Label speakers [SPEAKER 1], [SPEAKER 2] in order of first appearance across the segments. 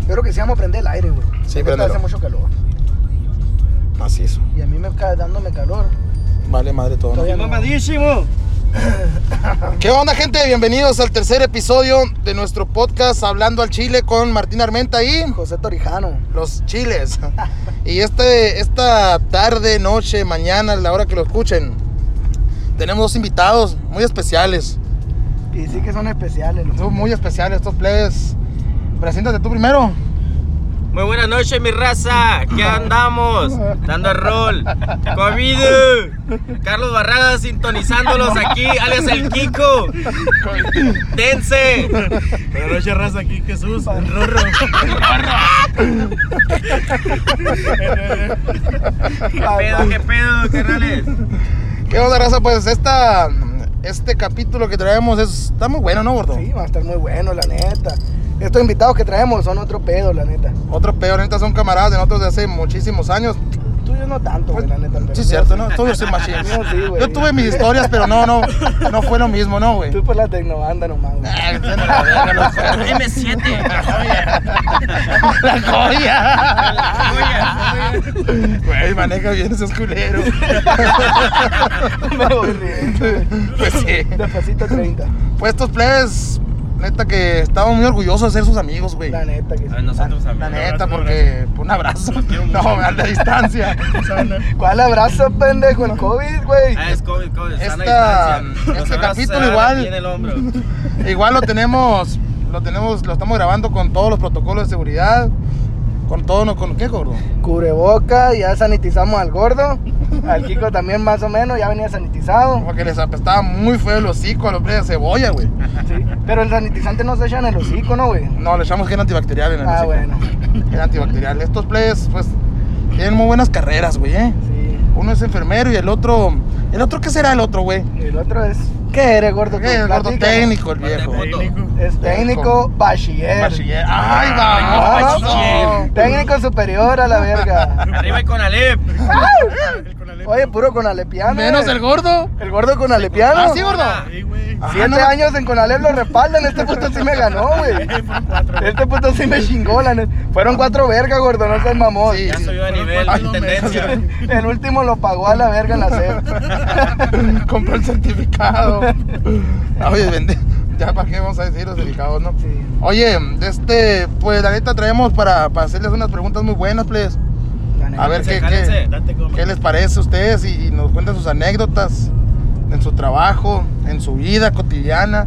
[SPEAKER 1] Espero que sigamos a prender el aire, güey.
[SPEAKER 2] Sí,
[SPEAKER 1] Ahorita
[SPEAKER 2] préndelo.
[SPEAKER 1] Hace mucho calor.
[SPEAKER 2] Macizo.
[SPEAKER 1] Y a mí me está dándome calor.
[SPEAKER 2] Vale madre todo. ¿no?
[SPEAKER 1] Todavía no.
[SPEAKER 3] mamadísimo.
[SPEAKER 2] ¿Qué onda, gente? Bienvenidos al tercer episodio de nuestro podcast Hablando al Chile con Martín Armenta y
[SPEAKER 1] José Torijano.
[SPEAKER 2] los chiles. Y este, esta tarde, noche, mañana, a la hora que lo escuchen, tenemos dos invitados muy especiales.
[SPEAKER 1] Y sí que son especiales. los-
[SPEAKER 2] Son muy especiales estos plebes. Preséntate tú primero.
[SPEAKER 3] Muy buenas noches, mi raza. ¿Qué andamos? Dando el rol. Comido. Carlos Barradas sintonizándolos aquí, alias el Kiko. Dense. Buenas noches, raza. Aquí Jesús. Rorro. ¿Qué pedo, qué pedo, carnales?
[SPEAKER 2] ¿Qué onda, raza? Pues esta, este capítulo que traemos es, está muy bueno, ¿no, gordo?
[SPEAKER 1] Sí, van a estar muy buenos, la neta. Estos invitados que traemos son otro pedo, la neta.
[SPEAKER 2] Otros peor, neta, son camaradas de nosotros de hace muchísimos años.
[SPEAKER 1] Tú y yo no tanto, güey, la neta. pero-
[SPEAKER 2] Sí, es cierto, ¿no? Tú yo soy machín.
[SPEAKER 1] No, sí, güey.
[SPEAKER 2] Yo tuve mis historias, pero no, no, no fue lo mismo, ¿no, güey?
[SPEAKER 1] Tú por la tecnobanda nomás, güey.
[SPEAKER 2] Ah, usted no la verga, no fue.
[SPEAKER 3] M7.
[SPEAKER 2] La
[SPEAKER 3] La
[SPEAKER 2] joya. Güey, maneja bien esos culeros.
[SPEAKER 1] Me voy riendo.
[SPEAKER 2] Pues sí.
[SPEAKER 1] Despacito 30.
[SPEAKER 2] Pues estos plebes, neta que estamos muy orgullosos de ser sus amigos, güey.
[SPEAKER 1] La neta que sí.
[SPEAKER 3] A nosotros
[SPEAKER 2] La
[SPEAKER 3] también.
[SPEAKER 2] neta, porque un abrazo. No, a la distancia.
[SPEAKER 1] ¿Cuál abrazo, pendejo? El COVID, güey.
[SPEAKER 3] Ah, es COVID, COVID. sana
[SPEAKER 2] Esta-
[SPEAKER 3] distancia. Los
[SPEAKER 2] este
[SPEAKER 3] abrazos se
[SPEAKER 2] capítulo
[SPEAKER 3] dan
[SPEAKER 2] igual.
[SPEAKER 3] aquí en el hombro.
[SPEAKER 2] Igual lo tenemos, lo tenemos, lo estamos grabando con todos los protocolos de seguridad. Con todo, no- ¿con qué, gordo?
[SPEAKER 1] Cubreboca, ya sanitizamos al gordo. Al Kiko también más o menos, ya venía sanitizado.
[SPEAKER 2] Como que les apestaba muy feo el hocico a los plebes de cebolla, güey.
[SPEAKER 1] Sí. Pero el sanitizante no se echa en el hocico, ¿no, güey?
[SPEAKER 2] No, le echamos gel antibacterial en el
[SPEAKER 1] Ah,
[SPEAKER 2] hocico.
[SPEAKER 1] bueno.
[SPEAKER 2] Gel antibacterial. Estos plebes, pues, tienen muy buenas carreras, güey, ¿eh?
[SPEAKER 1] Sí.
[SPEAKER 2] Uno es enfermero y el otro. ¿El otro qué será el otro, güey?
[SPEAKER 1] El otro es. ¿Qué eres, gordo?
[SPEAKER 2] ¿Qué? El gordo
[SPEAKER 1] Platícanos.
[SPEAKER 2] técnico, el viejo.
[SPEAKER 3] Técnico.
[SPEAKER 1] Es técnico bachiller.
[SPEAKER 2] Bachiller. ¡Ay,
[SPEAKER 1] Ah,
[SPEAKER 2] vamos!
[SPEAKER 3] bachiller.
[SPEAKER 1] Técnico superior a la verga.
[SPEAKER 3] Arriba y con Alep.
[SPEAKER 1] Oye, puro con alepiano. eh.
[SPEAKER 2] Menos el gordo.
[SPEAKER 1] El gordo con alepiano.
[SPEAKER 2] Ah, sí, gordo. Ah,
[SPEAKER 1] Siete
[SPEAKER 2] no.
[SPEAKER 1] años en Conalep lo respaldan, este puto sí me ganó, güey. Este puto sí me chingó, la neta. Fueron cuatro vergas, gordo, no seas mamón.
[SPEAKER 2] Sí.
[SPEAKER 3] Ya subió de nivel,
[SPEAKER 2] Ay,
[SPEAKER 3] de tendencia.
[SPEAKER 1] El último lo pagó a la verga en la E sed.
[SPEAKER 2] Compró el certificado. Ah, Oye, vende. Ya para qué vamos a decir los delicados, ¿no?
[SPEAKER 1] Sí.
[SPEAKER 2] Oye, este, pues la neta traemos para, para hacerles unas preguntas muy buenas, please.
[SPEAKER 1] La neta.
[SPEAKER 2] A
[SPEAKER 3] Pues
[SPEAKER 2] ver qué,
[SPEAKER 3] Cálense,
[SPEAKER 2] qué, qué les parece a ustedes y, y nos cuentan sus anécdotas en su trabajo, en su vida cotidiana.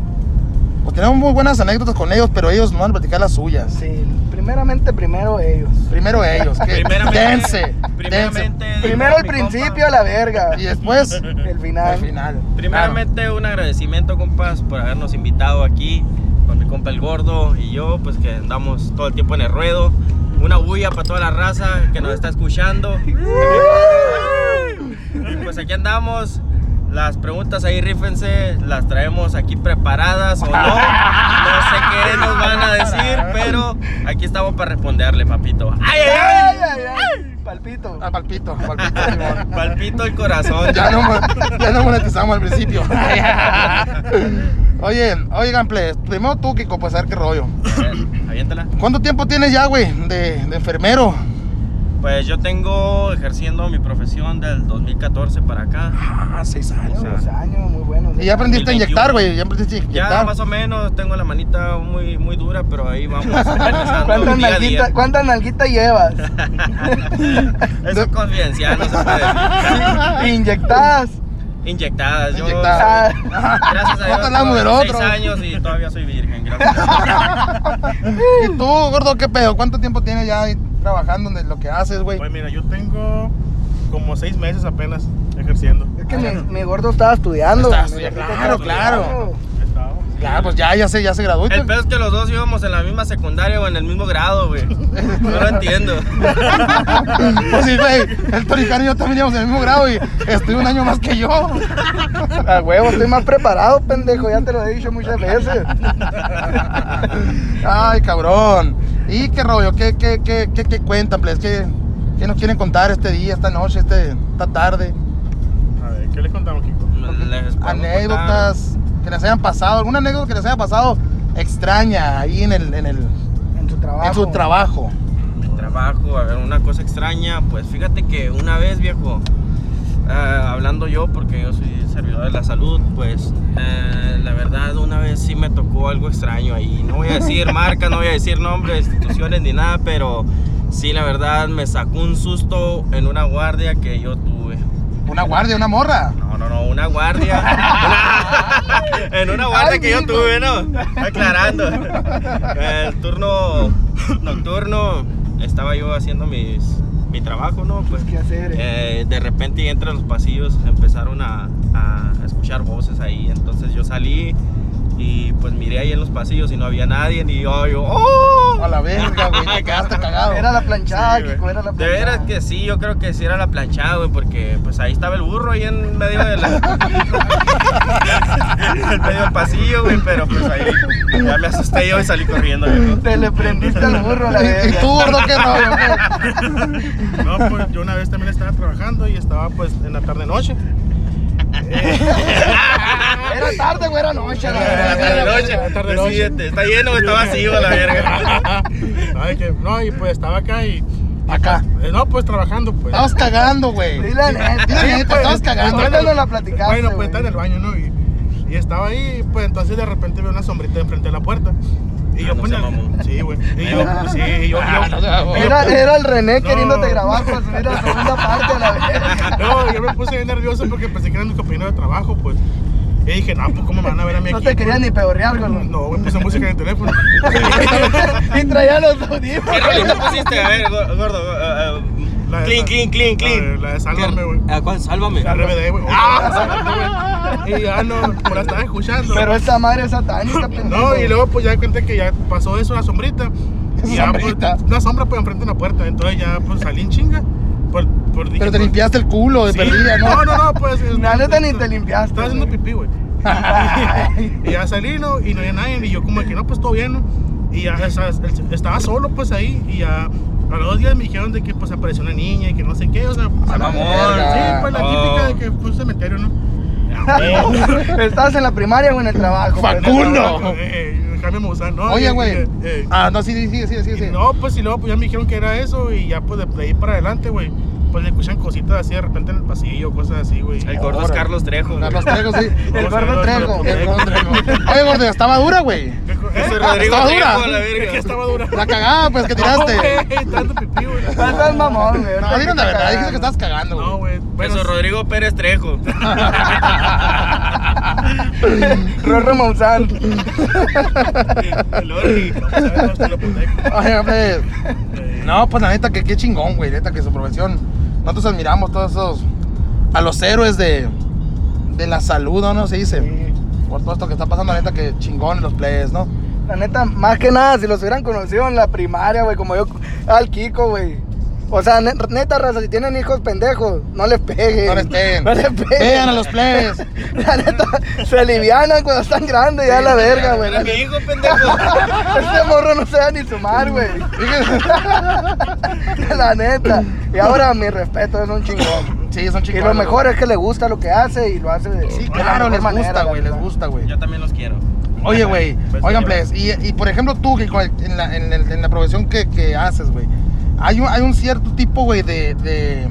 [SPEAKER 2] Pues tenemos muy buenas anécdotas con ellos, pero ellos no van a platicar las suyas.
[SPEAKER 1] Sí, primeramente primero ellos.
[SPEAKER 2] Primero ellos, que
[SPEAKER 3] Primeramente.
[SPEAKER 2] dense, dense.
[SPEAKER 3] primeramente,
[SPEAKER 1] Primero el
[SPEAKER 3] mi
[SPEAKER 1] principio
[SPEAKER 3] compa.
[SPEAKER 1] a la verga.
[SPEAKER 2] Y después,
[SPEAKER 1] El
[SPEAKER 2] al
[SPEAKER 1] final.
[SPEAKER 2] final.
[SPEAKER 3] Primeramente un agradecimiento, compas, por habernos invitado aquí con mi compa el gordo y yo, pues que andamos todo el tiempo en el ruedo. Una bulla para toda la raza que nos está escuchando. Y pues aquí andamos. Las preguntas ahí, rífense, las traemos aquí preparadas o no. No sé qué nos van a decir, pero aquí estamos para responderle, papito. ¡Ay, ay,
[SPEAKER 1] Ay, ay, ay. Palpito.
[SPEAKER 2] Claro. Al palpito, al palpito, Simón.
[SPEAKER 3] ay! Palpito el corazón.
[SPEAKER 2] Ya no, mon- ya no monetizamos al principio. Oye, oigan, plebes, primero tú, Kiko, pues a ver qué rollo.
[SPEAKER 3] A ver, aviéntala.
[SPEAKER 2] ¿Cuánto tiempo tienes ya, güey, de, de enfermero?
[SPEAKER 3] Pues yo tengo ejerciendo mi profesión del 2014 para acá.
[SPEAKER 2] Ah, seis años.
[SPEAKER 1] Buenos años, muy buenos.
[SPEAKER 2] Y ya aprendiste a
[SPEAKER 3] 2021.
[SPEAKER 2] inyectar, güey, ya aprendiste a
[SPEAKER 3] Ya
[SPEAKER 2] inyectar.
[SPEAKER 3] más o menos tengo la manita muy, muy dura, pero ahí vamos. empezando
[SPEAKER 1] ¿Cuántas
[SPEAKER 3] día a día.
[SPEAKER 1] nalguitas cuántas nalguitas llevas?
[SPEAKER 3] Eso es confidencial, no se puede decir.
[SPEAKER 1] Inyectadas. Ah,
[SPEAKER 3] Inyectadas, yo.
[SPEAKER 2] Inyectadas.
[SPEAKER 3] Gracias a
[SPEAKER 2] No
[SPEAKER 3] Dios.
[SPEAKER 2] hablamos del
[SPEAKER 3] tengo
[SPEAKER 2] otro.
[SPEAKER 3] Seis años y todavía soy virgen, gracias. a Dios.
[SPEAKER 2] ¿Y tú, gordo, qué pedo? ¿Cuánto tiempo tienes ya ahí trabajando en lo que haces, güey?
[SPEAKER 4] Pues mira, yo tengo como seis meses apenas ejerciendo.
[SPEAKER 1] Es que mi, mi gordo estaba estudiando. mi
[SPEAKER 2] Estaba estudiando,
[SPEAKER 1] gordito
[SPEAKER 2] claro,
[SPEAKER 1] estaba
[SPEAKER 2] claro.
[SPEAKER 1] estudiando.
[SPEAKER 4] Estaba.
[SPEAKER 2] Claro, pues ya, ya se, ya se graduó. y
[SPEAKER 3] El
[SPEAKER 2] tú-
[SPEAKER 3] peor es que los dos íbamos en la misma secundaria o en el mismo grado, güey. No lo entiendo.
[SPEAKER 2] Pues sí, güey, el Torijano y yo también íbamos en el mismo grado y estuve un año más que yo.
[SPEAKER 1] A huevo, estoy más preparado, pendejo. Ya te lo he dicho muchas veces.
[SPEAKER 2] Ay, cabrón. ¿Y qué rollo? ¿Qué, qué, qué, qué, qué cuentan, please? ¿Qué, qué nos quieren contar este día, esta noche, este, esta tarde?
[SPEAKER 4] A ver, ¿qué les contamos, Kiko?
[SPEAKER 3] Les podemos contar.
[SPEAKER 2] Anécdotas que les hayan pasado, alguna anécdota que les haya pasado extraña ahí en el, en el,
[SPEAKER 1] En su trabajo.
[SPEAKER 2] En su trabajo.
[SPEAKER 3] Mi trabajo, a ver, una cosa extraña. Pues fíjate que una vez, viejo, eh, hablando yo, porque yo soy servidor de la salud, pues eh, la verdad, una vez sí me tocó algo extraño ahí. No voy a decir marca, no voy a decir nombres, instituciones ni nada, pero sí, la verdad, me sacó un susto en una guardia que yo tuve.
[SPEAKER 2] Una guardia, una morra.
[SPEAKER 3] No, no, no, una guardia. Una- en una guardia
[SPEAKER 1] Ay,
[SPEAKER 3] que yo
[SPEAKER 1] mijo.
[SPEAKER 3] tuve, ¿no? Aclarando. El turno nocturno estaba yo haciendo mis, mi trabajo, ¿no? Pues
[SPEAKER 1] ¿Qué hacer? eh?
[SPEAKER 3] eh, de repente entre los pasillos empezaron a, a escuchar voces ahí. Entonces yo salí y pues miré ahí en los pasillos y no había nadie. Y yo, yo ¡oh!
[SPEAKER 2] A la verga, güey. Te quedaste cagado.
[SPEAKER 1] Era la planchada,
[SPEAKER 3] Sí, güey.
[SPEAKER 1] Kiko, era la
[SPEAKER 3] De
[SPEAKER 1] planchada.
[SPEAKER 3] veras que sí, yo creo que sí era la planchada, güey, porque pues ahí estaba el burro ahí en medio de la- en medio del pasillo, güey, pero pues ahí ya me asusté yo y salí corriendo. güey.
[SPEAKER 1] Te le prendiste al burro, la
[SPEAKER 2] ¿Y, y
[SPEAKER 1] verga.
[SPEAKER 2] tú, gordo, qué rollo, güey?
[SPEAKER 4] No, pues yo una vez también estaba trabajando y estaba pues en la tarde-noche.
[SPEAKER 1] Era tarde, güey, era noche. la
[SPEAKER 3] Era
[SPEAKER 1] verga.
[SPEAKER 3] tarde noche,
[SPEAKER 4] Era
[SPEAKER 3] pues, sí,
[SPEAKER 4] tarde noche.
[SPEAKER 3] este, está lleno, está vacío la verga.
[SPEAKER 4] Ay, que, no, y pues estaba acá y.
[SPEAKER 2] Acá.
[SPEAKER 4] eh, No, pues trabajando, pues.
[SPEAKER 1] Ah,
[SPEAKER 2] Estabas cagando, güey.
[SPEAKER 1] Sí, la neta.
[SPEAKER 2] Sí, la neta,
[SPEAKER 1] pues,
[SPEAKER 2] estabas cagando.
[SPEAKER 1] Cuéntanos la platicaste,
[SPEAKER 4] Bueno, pues
[SPEAKER 1] güey.
[SPEAKER 4] está en el baño, ¿no? Y, y estaba ahí, pues entonces de repente veo una sombrita enfrente de la puerta. Y
[SPEAKER 3] Ah,
[SPEAKER 4] yo
[SPEAKER 3] no
[SPEAKER 4] pues,
[SPEAKER 3] se mamó.
[SPEAKER 4] Sí, güey. Y yo, sí, y yo,
[SPEAKER 2] Ah,
[SPEAKER 4] yo-
[SPEAKER 2] no se mamó.
[SPEAKER 4] yo-
[SPEAKER 1] Era, era el René
[SPEAKER 4] No.
[SPEAKER 1] queriéndote grabar para subir a la segunda parte a la verga.
[SPEAKER 4] No, yo me puse bien nervioso porque pensé que eran mis compañeros de trabajo, pues. Y dije, no, pues cómo me van a ver a mí
[SPEAKER 1] No
[SPEAKER 4] aquí. Pues,
[SPEAKER 1] te querías ni peorear, güey.
[SPEAKER 4] No, güey, puse música en el teléfono.
[SPEAKER 1] y traía los audífonos.
[SPEAKER 3] ¿Qué rollo pusiste? A ver, go- gordo, eh, eh,
[SPEAKER 4] La de-
[SPEAKER 3] clean, clean, clean,
[SPEAKER 4] La de-
[SPEAKER 3] clean.
[SPEAKER 4] La de Sálvame, güey.
[SPEAKER 3] ¿A cuál? Sálvame.
[SPEAKER 4] La RBD, güey. Ah, Sálvame, güey. Y ya no, me la estaba escuchando.
[SPEAKER 1] Pero esta madre es satánica, pendejo.
[SPEAKER 4] No, y luego pues ya cuenta que ya pasó eso, la sombrita. Y ya, pues,
[SPEAKER 2] Sombrita.
[SPEAKER 4] una sombra pues enfrente de una puerta. Entonces ya pues salí en chinga. Por, por, dije,
[SPEAKER 2] Pero te
[SPEAKER 4] pues,
[SPEAKER 2] limpiaste el culo de
[SPEAKER 4] sí.
[SPEAKER 2] perdida, ¿no?
[SPEAKER 4] No, no, no, pues.
[SPEAKER 1] La neta ni te limpiaste,
[SPEAKER 4] Estaba haciendo
[SPEAKER 1] güey.
[SPEAKER 4] pipí, güey. y ya salí, ¿no? Y no había nadie. Y yo, como que no, pues todo bien, ¿no? Y ya o sea, el- estaba solo, pues ahí. Y ya a los dos días me dijeron de que pues apareció una niña y que no sé qué. O sea, pues,
[SPEAKER 2] la
[SPEAKER 4] mamón.
[SPEAKER 2] verga.
[SPEAKER 4] Sí, pues la
[SPEAKER 3] Oh.
[SPEAKER 4] típica de que fue un cementerio, ¿no?
[SPEAKER 1] Estabas en la primaria o en el trabajo.
[SPEAKER 2] Facu-
[SPEAKER 1] pendejo.
[SPEAKER 2] ¡Culo!
[SPEAKER 4] Eh, Jaime Maussan, ¿no?
[SPEAKER 2] Oye,
[SPEAKER 4] Y-
[SPEAKER 2] güey.
[SPEAKER 4] eh,
[SPEAKER 2] Ah, no, sí, sí, sí, sí, sí.
[SPEAKER 4] y
[SPEAKER 2] sí.
[SPEAKER 4] No, pues y luego pues, ya me dijeron que era eso y ya pues de, de ahí para adelante, güey. Pues le escuchan cositas así de repente en el pasillo, cosas así, güey.
[SPEAKER 3] El gordo es
[SPEAKER 2] Órale.
[SPEAKER 3] Carlos Trejo.
[SPEAKER 2] Carlos
[SPEAKER 3] güey.
[SPEAKER 2] Trejo, sí.
[SPEAKER 1] El gordo Trejo.
[SPEAKER 2] El gordo Trejo. Oye, gordo, estaba dura, güey.
[SPEAKER 3] Ese
[SPEAKER 4] Ese
[SPEAKER 3] Rodrigo
[SPEAKER 2] Estaba
[SPEAKER 3] Trejo,
[SPEAKER 2] dura.
[SPEAKER 3] la
[SPEAKER 4] Es que
[SPEAKER 3] verga.
[SPEAKER 4] estaba dura.
[SPEAKER 2] La cagada, pues, que
[SPEAKER 4] No,
[SPEAKER 2] tiraste.
[SPEAKER 4] güey, tanto pipí, güey.
[SPEAKER 1] No seas mamón, güey.
[SPEAKER 2] No, digan la verdad, dijiste que estabas cagando, güey.
[SPEAKER 4] No, güey.
[SPEAKER 3] Eso, Rodrigo Pérez Trejo.
[SPEAKER 1] Rorro Maussan.
[SPEAKER 4] el Ori, no, pues, a ver, no, te lo protejo.
[SPEAKER 2] Oye, hombre.
[SPEAKER 4] Eh,
[SPEAKER 2] No, pues la neta, que qué chingón, güey. Neta, que su profesión. Nosotros admiramos todos esos. A los héroes de. De la salud, ¿no? ¿no? Se dice. Por todo esto que está pasando, la neta, que chingón los players, ¿no?
[SPEAKER 1] La neta, más que nada, si los hubieran conocido en la primaria, güey, como yo al Kiko, güey. O sea, ne- neta, raza, si tienen hijos pendejos, no les peguen.
[SPEAKER 2] No les peguen.
[SPEAKER 1] No les peguen.
[SPEAKER 2] Vean a los players.
[SPEAKER 1] La neta, se alivianan cuando están grandes, ya la verga, güey.
[SPEAKER 3] Era mi hijo, pendejo.
[SPEAKER 1] Este morro no se da ni sumar, güey. La neta. Y ahora, mi respeto, es un chingón.
[SPEAKER 2] Sí, son
[SPEAKER 1] Y
[SPEAKER 2] chingones.
[SPEAKER 1] lo mejor es que le gusta lo que hace y lo hace de
[SPEAKER 2] Sí,
[SPEAKER 1] de la
[SPEAKER 2] claro,
[SPEAKER 1] mejor
[SPEAKER 2] les
[SPEAKER 1] manera,
[SPEAKER 2] gusta,
[SPEAKER 1] la
[SPEAKER 2] güey, les
[SPEAKER 1] verdad.
[SPEAKER 2] gusta, güey.
[SPEAKER 3] Yo también los quiero.
[SPEAKER 2] Oye, güey,
[SPEAKER 4] Pues,
[SPEAKER 2] oigan,
[SPEAKER 4] sí,
[SPEAKER 2] please, y, y, por ejemplo tú, que con el- en la, en el- en la profesión que, que haces, güey, hay un, hay un cierto tipo, güey, de, de-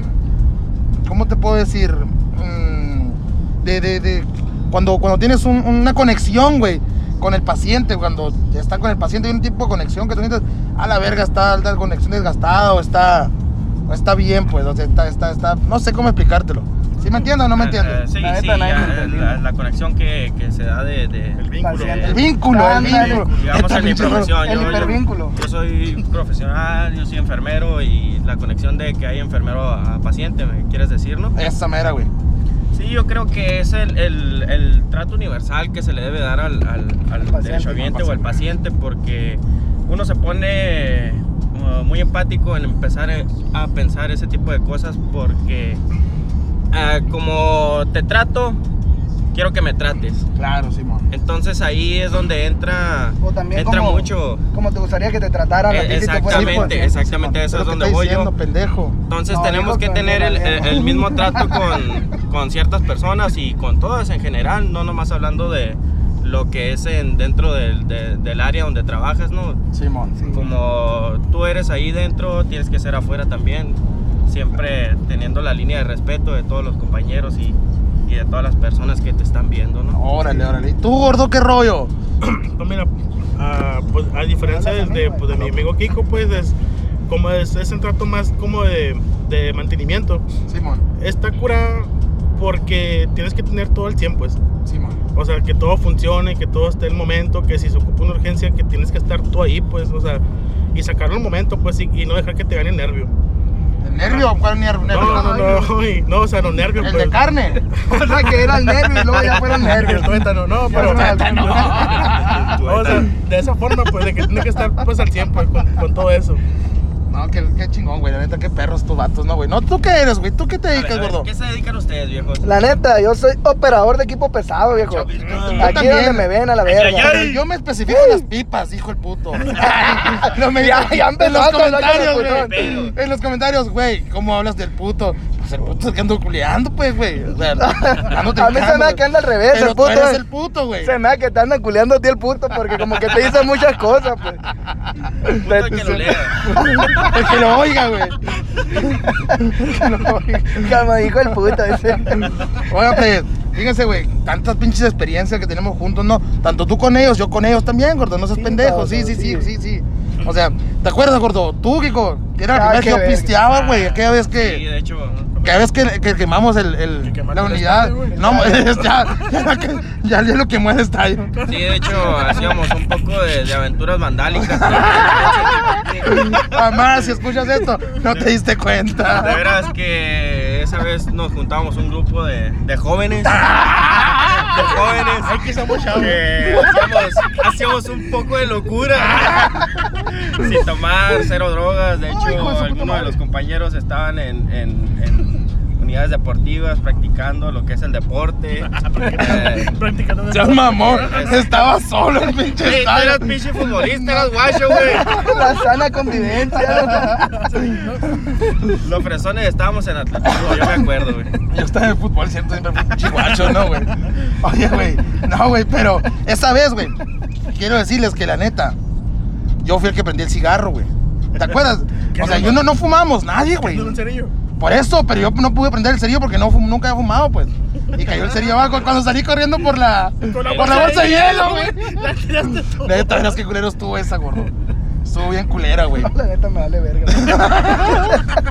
[SPEAKER 2] ¿Cómo te puedo decir? Mm, de, de, de- Cuando, cuando tienes un- una conexión, güey, con el paciente, cuando está con el paciente, hay un tipo de conexión que tú sientes, a la verga, está la conexión desgastada o está, o está bien, pues, o sea, está, está, está, no sé cómo explicártelo. ¿Sí me entiendes o no me
[SPEAKER 3] Eh, eh,
[SPEAKER 2] entiendes?
[SPEAKER 3] sí,
[SPEAKER 1] La neta,
[SPEAKER 3] sí,
[SPEAKER 1] nadie
[SPEAKER 3] ya,
[SPEAKER 1] me entendió.
[SPEAKER 3] la, la conexión que, que se da de... de-
[SPEAKER 4] El vínculo.
[SPEAKER 1] Paciente.
[SPEAKER 2] El vínculo, el
[SPEAKER 1] Ándale.
[SPEAKER 2] vínculo.
[SPEAKER 3] digamos,
[SPEAKER 2] Esta
[SPEAKER 3] en mi
[SPEAKER 2] pinche-
[SPEAKER 3] profesión.
[SPEAKER 1] El
[SPEAKER 3] yo,
[SPEAKER 1] hipervínculo.
[SPEAKER 3] Yo, yo soy profesional, yo soy enfermero y la conexión de que hay enfermero a paciente, ¿me quieres decir, no?
[SPEAKER 2] Esa mera, güey.
[SPEAKER 3] Sí, yo creo que es el, el- el trato universal que se le debe dar al, al, al
[SPEAKER 1] paciente,
[SPEAKER 3] derechohabiente
[SPEAKER 2] al
[SPEAKER 3] o al paciente porque uno se pone uh, muy empático en empezar eh, a pensar ese tipo de cosas porque ah, como te trato, quiero que me trates.
[SPEAKER 2] Claro, Simón.
[SPEAKER 3] Entonces ahí es donde entra,
[SPEAKER 1] O también
[SPEAKER 3] entra
[SPEAKER 1] como,
[SPEAKER 3] mucho.
[SPEAKER 1] como te gustaría que te trataran a
[SPEAKER 3] Eh,
[SPEAKER 1] ti si te fueras un
[SPEAKER 3] exactamente,
[SPEAKER 1] paciente.
[SPEAKER 3] exactamente, eso
[SPEAKER 2] Pero
[SPEAKER 3] es
[SPEAKER 2] ¿qué
[SPEAKER 3] donde
[SPEAKER 2] está
[SPEAKER 3] voy
[SPEAKER 2] diciendo,
[SPEAKER 3] yo.
[SPEAKER 2] pendejo?
[SPEAKER 3] Entonces
[SPEAKER 1] No,
[SPEAKER 3] tenemos
[SPEAKER 1] digo
[SPEAKER 3] que
[SPEAKER 1] con
[SPEAKER 3] tener
[SPEAKER 1] una
[SPEAKER 3] el,
[SPEAKER 1] vieja.
[SPEAKER 3] el mismo trato con, con ciertas personas y con todas en general, no nomás hablando de, lo que es en, dentro del, de- del área donde trabajas, ¿no?
[SPEAKER 2] Simón.
[SPEAKER 3] Como tú eres ahí dentro, tienes que ser afuera también, siempre teniendo la línea de respeto de todos los compañeros y, y de todas las personas que te están viendo, ¿no?
[SPEAKER 2] Órale, órale. ¿Y tú, gordo, qué rollo?
[SPEAKER 4] Pues mira, ah, pues, a diferencia de, de, pues, de mi amigo Kiko, pues es, como es, es un trato más como de, de mantenimiento.
[SPEAKER 2] Simón,
[SPEAKER 4] Está cura porque tienes que tener todo el tiempo, pues.
[SPEAKER 2] Simón.
[SPEAKER 4] O sea, que todo funcione, que todo esté en el momento, que si se ocupa una urgencia, que tienes que estar tú ahí, pues, o sea, y sacarlo al momento, pues, y, y no dejar que te gane el nervio.
[SPEAKER 2] ¿El nervio? ¿Cuál nervio?
[SPEAKER 4] No,
[SPEAKER 2] ¿Nervio?
[SPEAKER 4] no, no, y- no, o sea, los nervios,
[SPEAKER 2] ¿El
[SPEAKER 4] pues.
[SPEAKER 2] de carne?
[SPEAKER 1] O sea, Ah, que eran nervios y luego ya fueron nervios.
[SPEAKER 4] El tuétano, no, pero.
[SPEAKER 1] tuétano.
[SPEAKER 2] Ah,
[SPEAKER 4] No, o sea, de esa forma, pues, de que tiene que estar, pues, al 100, pues, con, con todo eso.
[SPEAKER 2] No, qué, qué chingón, güey. La neta, qué perros tus vatos, ¿no, güey? No, ¿tú qué eres, güey? ¿Tú qué te
[SPEAKER 3] A ver,
[SPEAKER 2] dedicas,
[SPEAKER 3] a ver,
[SPEAKER 2] gordo?
[SPEAKER 3] ¿Qué se dedican ustedes, viejos?
[SPEAKER 1] La neta, yo soy operador de equipo pesado, viejo.
[SPEAKER 2] Yo
[SPEAKER 1] Aquí
[SPEAKER 2] también.
[SPEAKER 1] donde me ven a la
[SPEAKER 3] Ay, ay,
[SPEAKER 1] verga.
[SPEAKER 2] Pero yo me especifico en las pipas, hijo el puto. no me
[SPEAKER 1] Ya- ya
[SPEAKER 2] en los
[SPEAKER 1] empezaste,
[SPEAKER 2] comentarios,
[SPEAKER 1] loco,
[SPEAKER 2] güey.
[SPEAKER 3] putón.
[SPEAKER 2] En los comentarios, güey, ¿cómo hablas del puto? Pues el puto es que ando culeando, pues, güey. O sea, ando
[SPEAKER 1] A mí se me hace que anda al revés,
[SPEAKER 2] Pero
[SPEAKER 1] el
[SPEAKER 2] tú
[SPEAKER 1] puto. eh.
[SPEAKER 2] eres el puto, güey.
[SPEAKER 1] Se me hace que te andan culeando a ti el puto porque como que te dicen muchas cosas, pues.
[SPEAKER 3] Puto el que lo lea.
[SPEAKER 2] El que lo oiga, güey.
[SPEAKER 1] Como dijo el puto ese.
[SPEAKER 2] Oiga, pues, fíjense, güey, tantas pinches experiencias que tenemos juntos, ¿no? Tanto tú con ellos, yo con ellos también, gordo, no seas
[SPEAKER 1] Sí,
[SPEAKER 2] pendejo.
[SPEAKER 1] cabrón,
[SPEAKER 2] Sí, sí, sí,
[SPEAKER 1] sí.
[SPEAKER 2] sí, sí. O sea, ¿te acuerdas, gordo? Tú, Kiko, que era la
[SPEAKER 1] Ah,
[SPEAKER 2] primera
[SPEAKER 1] qué
[SPEAKER 2] que yo
[SPEAKER 1] verga. Ah.
[SPEAKER 2] pisteaba, güey, aquella vez que...
[SPEAKER 3] Sí, de hecho.
[SPEAKER 2] Cada vez que, que quemamos el, el-
[SPEAKER 4] Que quemaron
[SPEAKER 2] la
[SPEAKER 4] el
[SPEAKER 2] unidad.
[SPEAKER 4] estadio, güey.
[SPEAKER 2] no, es- ya, ya, ya, ya lo quemó el estadio.
[SPEAKER 3] Sí, de hecho, hacíamos un poco de, de aventuras vandálicas.
[SPEAKER 2] Mamá, si escuchas esto, no te diste
[SPEAKER 3] De
[SPEAKER 2] cuenta.
[SPEAKER 3] veras que esa vez nos juntábamos un grupo de, de jóvenes. De jóvenes.
[SPEAKER 4] Hay que ser mucha
[SPEAKER 3] que hacíamos, hacíamos un poco de locura. Sin tomar, cero drogas. De
[SPEAKER 2] Ay, hijo de
[SPEAKER 3] hecho,
[SPEAKER 2] su puta
[SPEAKER 3] algunos de
[SPEAKER 2] madre.
[SPEAKER 3] los compañeros estaban en, en- en unidades deportivas practicando lo que es el deporte. Eh,
[SPEAKER 4] Practicando de-
[SPEAKER 2] Ya mamón, estaba solo el pinche
[SPEAKER 3] Ey, tú
[SPEAKER 2] estadio.
[SPEAKER 3] eras Eh, pinche futbolista, eras guacho, güey.
[SPEAKER 1] La sana convivencia.
[SPEAKER 3] Los fresones estábamos en atletismo, yo me acuerdo, güey.
[SPEAKER 2] Yo estaba en el fútbol, siempre, siempre fui un chihuacho, ¿no, güey? Oye, güey, no, güey, pero esa vez, güey, quiero decirles que la neta, yo fui el que prendí el cigarro, güey. ¿Te acuerdas? O sea, yo no, no fumamos, nadie, güey.
[SPEAKER 4] Un cerillo.
[SPEAKER 2] Por eso, pero yo no pude prender el cerillo porque no fum- nunca he fumado, pues. Y cayó el cerillo abajo cuando salí corriendo por la, por la bolsa de hielo, güey.
[SPEAKER 4] La tiraste tú.
[SPEAKER 2] Neta, verás qué culero estuvo esa, gordo. Estuvo bien culera, güey.
[SPEAKER 1] La neta me vale verga.
[SPEAKER 2] Andaba
[SPEAKER 3] Se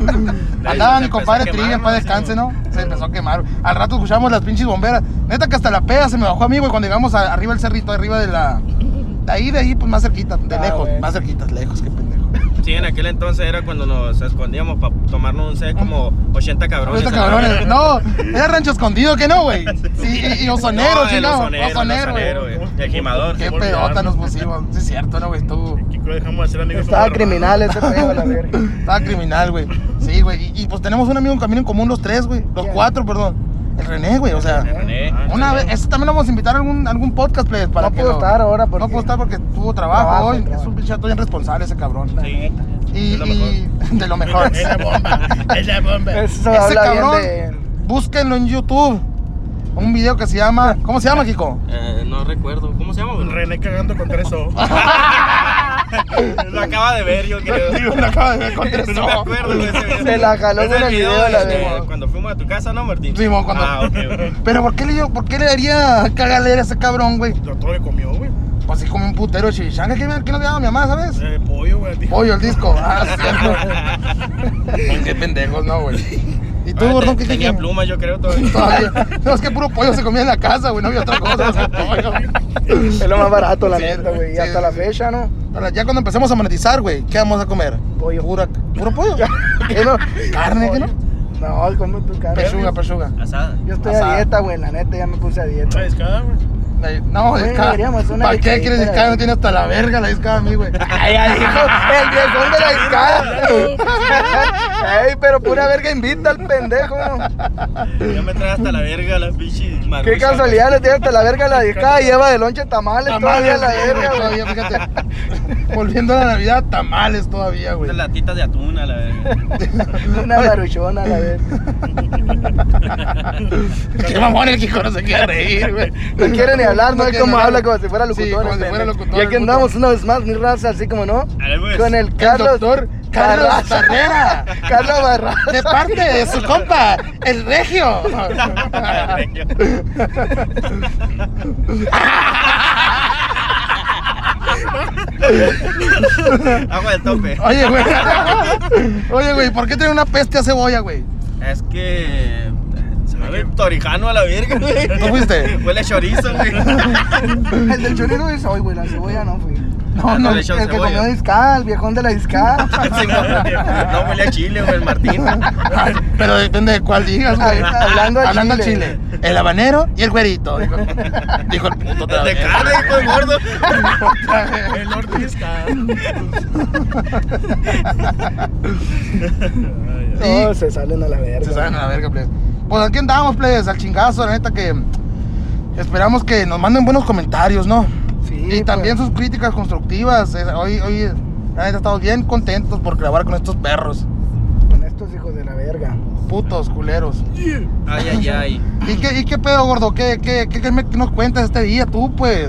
[SPEAKER 2] mi
[SPEAKER 3] empezó a
[SPEAKER 2] compadre
[SPEAKER 3] quemar,
[SPEAKER 2] Trivia, en
[SPEAKER 3] ¿no?
[SPEAKER 2] paz
[SPEAKER 3] Sí,
[SPEAKER 2] descanse,
[SPEAKER 3] güey.
[SPEAKER 2] ¿no? Se empezó a quemar. Al rato escuchamos las pinches bomberas. Neta que hasta la peda se me bajó a mí, güey, cuando llegamos a- arriba del cerrito, arriba de la... De ahí, de ahí, pues más cerquita, de
[SPEAKER 1] Ah,
[SPEAKER 2] lejos,
[SPEAKER 1] bueno.
[SPEAKER 2] más cerquitas, lejos, qué pendejo.
[SPEAKER 3] Sí, en aquel entonces era cuando nos escondíamos para tomarnos un set como 80 cabrones.
[SPEAKER 2] Ahorita, cabrones, eh, No, era rancho escondido, que no, güey. Sí, y, y
[SPEAKER 3] No,
[SPEAKER 2] osonero,
[SPEAKER 3] el
[SPEAKER 2] sí, no.
[SPEAKER 3] Ozonero, el
[SPEAKER 2] Ozonero,
[SPEAKER 3] Ozonero,
[SPEAKER 2] güey.
[SPEAKER 3] güey. El gimador.
[SPEAKER 2] Qué pedota nos pusimos. Sí, es cierto, no, güey. Estuvo.
[SPEAKER 4] Kiko lo dejamos hacer amigos.
[SPEAKER 1] Estaba
[SPEAKER 4] como hermanos.
[SPEAKER 1] criminal ese pedo, la verga.
[SPEAKER 2] Estaba criminal, güey. Sí, güey. Y, y, pues tenemos un amigo en camino en común, los tres, güey. Los
[SPEAKER 1] ¿Quién?
[SPEAKER 2] cuatro, perdón. El René, güey. O sea,
[SPEAKER 3] René.
[SPEAKER 4] Ah,
[SPEAKER 2] una vez. Este también lo vamos a invitar a algún, algún podcast, plebes, para
[SPEAKER 1] No
[SPEAKER 2] que
[SPEAKER 1] puedo
[SPEAKER 2] lo-
[SPEAKER 1] estar ahora porque-
[SPEAKER 2] No puedo estar porque tuvo trabajo,
[SPEAKER 1] Trabajo,
[SPEAKER 2] hoy. Es
[SPEAKER 1] trabajo.
[SPEAKER 2] un pinche vato bien responsable ese cabrón.
[SPEAKER 3] Sí.
[SPEAKER 2] Y,
[SPEAKER 3] Es lo
[SPEAKER 2] y- de lo mejor.
[SPEAKER 4] Es la bomba. Es la bomba.
[SPEAKER 1] Eso
[SPEAKER 2] ese
[SPEAKER 1] habla bien
[SPEAKER 2] cabrón,
[SPEAKER 1] de él.
[SPEAKER 2] búsquenlo en YouTube. Un video que se llama. ¿Cómo se llama, Kiko?
[SPEAKER 3] Eh, no recuerdo. ¿Cómo se llama? güey?
[SPEAKER 4] René cagando con tres ojos.
[SPEAKER 3] Lo acaba de ver, yo creo.
[SPEAKER 2] Lo acabo de ver con tres
[SPEAKER 3] No me
[SPEAKER 2] ojos.
[SPEAKER 3] acuerdo de ese video.
[SPEAKER 1] Se la jaló
[SPEAKER 3] Es
[SPEAKER 1] con
[SPEAKER 3] el
[SPEAKER 1] el
[SPEAKER 3] video
[SPEAKER 1] video, la
[SPEAKER 3] de-
[SPEAKER 1] de-
[SPEAKER 3] de cuando fuimos a tu casa, ¿no, Martín?
[SPEAKER 2] Sí, mo, cuando-
[SPEAKER 3] Ah, ok, ok.
[SPEAKER 2] Pero ¿por qué le, dio- por qué le daría cagalera a ese cabrón, güey?
[SPEAKER 4] Lo todo que comió, güey.
[SPEAKER 2] Pues así como un putero de chimichanga que, me- que no le daba a mi mamá, ¿sabes?
[SPEAKER 4] El Eh, pollo, güey. dijo.
[SPEAKER 2] Pollo, el disco. Ah, cierto. qué pendejos, no, güey. ¿Y tú,
[SPEAKER 3] Ah,
[SPEAKER 2] gordón,
[SPEAKER 3] te-
[SPEAKER 2] qué
[SPEAKER 3] Tenía
[SPEAKER 2] qué-
[SPEAKER 3] pluma, yo creo, todavía.
[SPEAKER 2] Todavía. No, es que puro pollo se comía en la casa, güey. No había otra cosa. más que pollo.
[SPEAKER 1] Es lo más barato, la
[SPEAKER 2] Sí,
[SPEAKER 1] neta, güey. Y
[SPEAKER 2] sí,
[SPEAKER 1] hasta
[SPEAKER 2] sí,
[SPEAKER 1] la
[SPEAKER 2] sí.
[SPEAKER 1] fecha, ¿no?
[SPEAKER 2] Ahora, ya cuando empecemos a monetizar, güey, ¿qué vamos a comer?
[SPEAKER 1] Pollo.
[SPEAKER 2] Pura- puro pollo.
[SPEAKER 1] ¿Qué no?
[SPEAKER 2] Carne, ¿qué no?
[SPEAKER 1] No, come tu cara.
[SPEAKER 2] Pechuga, pechuga.
[SPEAKER 3] Asada.
[SPEAKER 1] Yo estoy
[SPEAKER 2] Asada.
[SPEAKER 1] a dieta, güey, la neta, ya me puse a dieta.
[SPEAKER 4] Una discada, güey.
[SPEAKER 2] Ahí- No,
[SPEAKER 1] Güey,
[SPEAKER 2] es cada-
[SPEAKER 1] deberíamos hacer una
[SPEAKER 2] ¿Para qué quieres
[SPEAKER 1] discadita,
[SPEAKER 2] discada? No
[SPEAKER 1] güey.
[SPEAKER 2] tiene hasta la verga la discada a mí, güey.
[SPEAKER 1] Ay, ay, hijo, el viejón de la escala. Ey, pero pura verga invita al pendejo.
[SPEAKER 3] Ya me trae hasta la verga la pinche marucha.
[SPEAKER 1] Qué casualidad le tiene hasta la verga la discada y lleva de lonche tamales, todavía la
[SPEAKER 2] sí, güey,
[SPEAKER 1] verga, güey.
[SPEAKER 2] todavía, fíjate. Volviendo a la Navidad, tamales todavía, güey.
[SPEAKER 3] Unas latitas de atún a la verga.
[SPEAKER 1] Una maruchona, la verga.
[SPEAKER 2] Qué mamón el Kiko no se quiere reír, güey.
[SPEAKER 1] No quiere ni hablar, no
[SPEAKER 2] no
[SPEAKER 1] es
[SPEAKER 2] quieren
[SPEAKER 1] como
[SPEAKER 2] hablar.
[SPEAKER 1] habla como si fuera
[SPEAKER 2] Sí,
[SPEAKER 1] locutor.
[SPEAKER 2] como si fuera locutor,
[SPEAKER 1] Y aquí
[SPEAKER 2] el puto.
[SPEAKER 1] andamos una vez más, mi raza, así como no.
[SPEAKER 3] Dale, pues.
[SPEAKER 1] Con el
[SPEAKER 2] Carlos,
[SPEAKER 1] Carlos.
[SPEAKER 2] doctor Carlos Herrera.
[SPEAKER 1] Carlos Barra.
[SPEAKER 2] De parte de su compa, el regio.
[SPEAKER 3] Agua del tope.
[SPEAKER 2] Oye, güey. Oye, güey, ¿por qué tiene una peste a cebolla, güey?
[SPEAKER 3] Es que. Se me ve torijano a la verga, güey.
[SPEAKER 2] ¿Tú fuiste?
[SPEAKER 3] Huele a chorizo, güey.
[SPEAKER 1] El del chorizo es hoy, güey, la cebolla no fue.
[SPEAKER 2] No, no.
[SPEAKER 3] Le echaron
[SPEAKER 1] el que
[SPEAKER 3] cebolla.
[SPEAKER 1] comió discal, el viejón de la discal.
[SPEAKER 3] Sí, no, no, huele a chile, güey, el Martín.
[SPEAKER 2] Ay, Pero depende de cuál digas, güey.
[SPEAKER 1] Hablando al
[SPEAKER 2] Hablando al
[SPEAKER 1] chile.
[SPEAKER 2] chile. El habanero y el güerito. Dijo, dijo el puto otra
[SPEAKER 3] De
[SPEAKER 2] vez.
[SPEAKER 3] carne, hijo de gordo.
[SPEAKER 4] El ortizca.
[SPEAKER 1] No, se salen a la verga.
[SPEAKER 2] Se saben a la verga, plebes. Pues aquí andamos, plebes, al chingazo, la neta que esperamos que nos manden buenos comentarios, ¿no?
[SPEAKER 1] Sí,
[SPEAKER 2] y
[SPEAKER 1] pues.
[SPEAKER 2] también sus críticas constructivas. Eh, Hoy, hoy, la neta, estamos bien contentos por grabar con estos perros.
[SPEAKER 1] Con estos hijos de la verga.
[SPEAKER 2] Putos, culeros.
[SPEAKER 3] Ay, ay, ay.
[SPEAKER 2] ¿Y qué, y qué pedo, gordo? ¿Qué, qué, qué, qué me- qué nos cuentas este día tú, pues?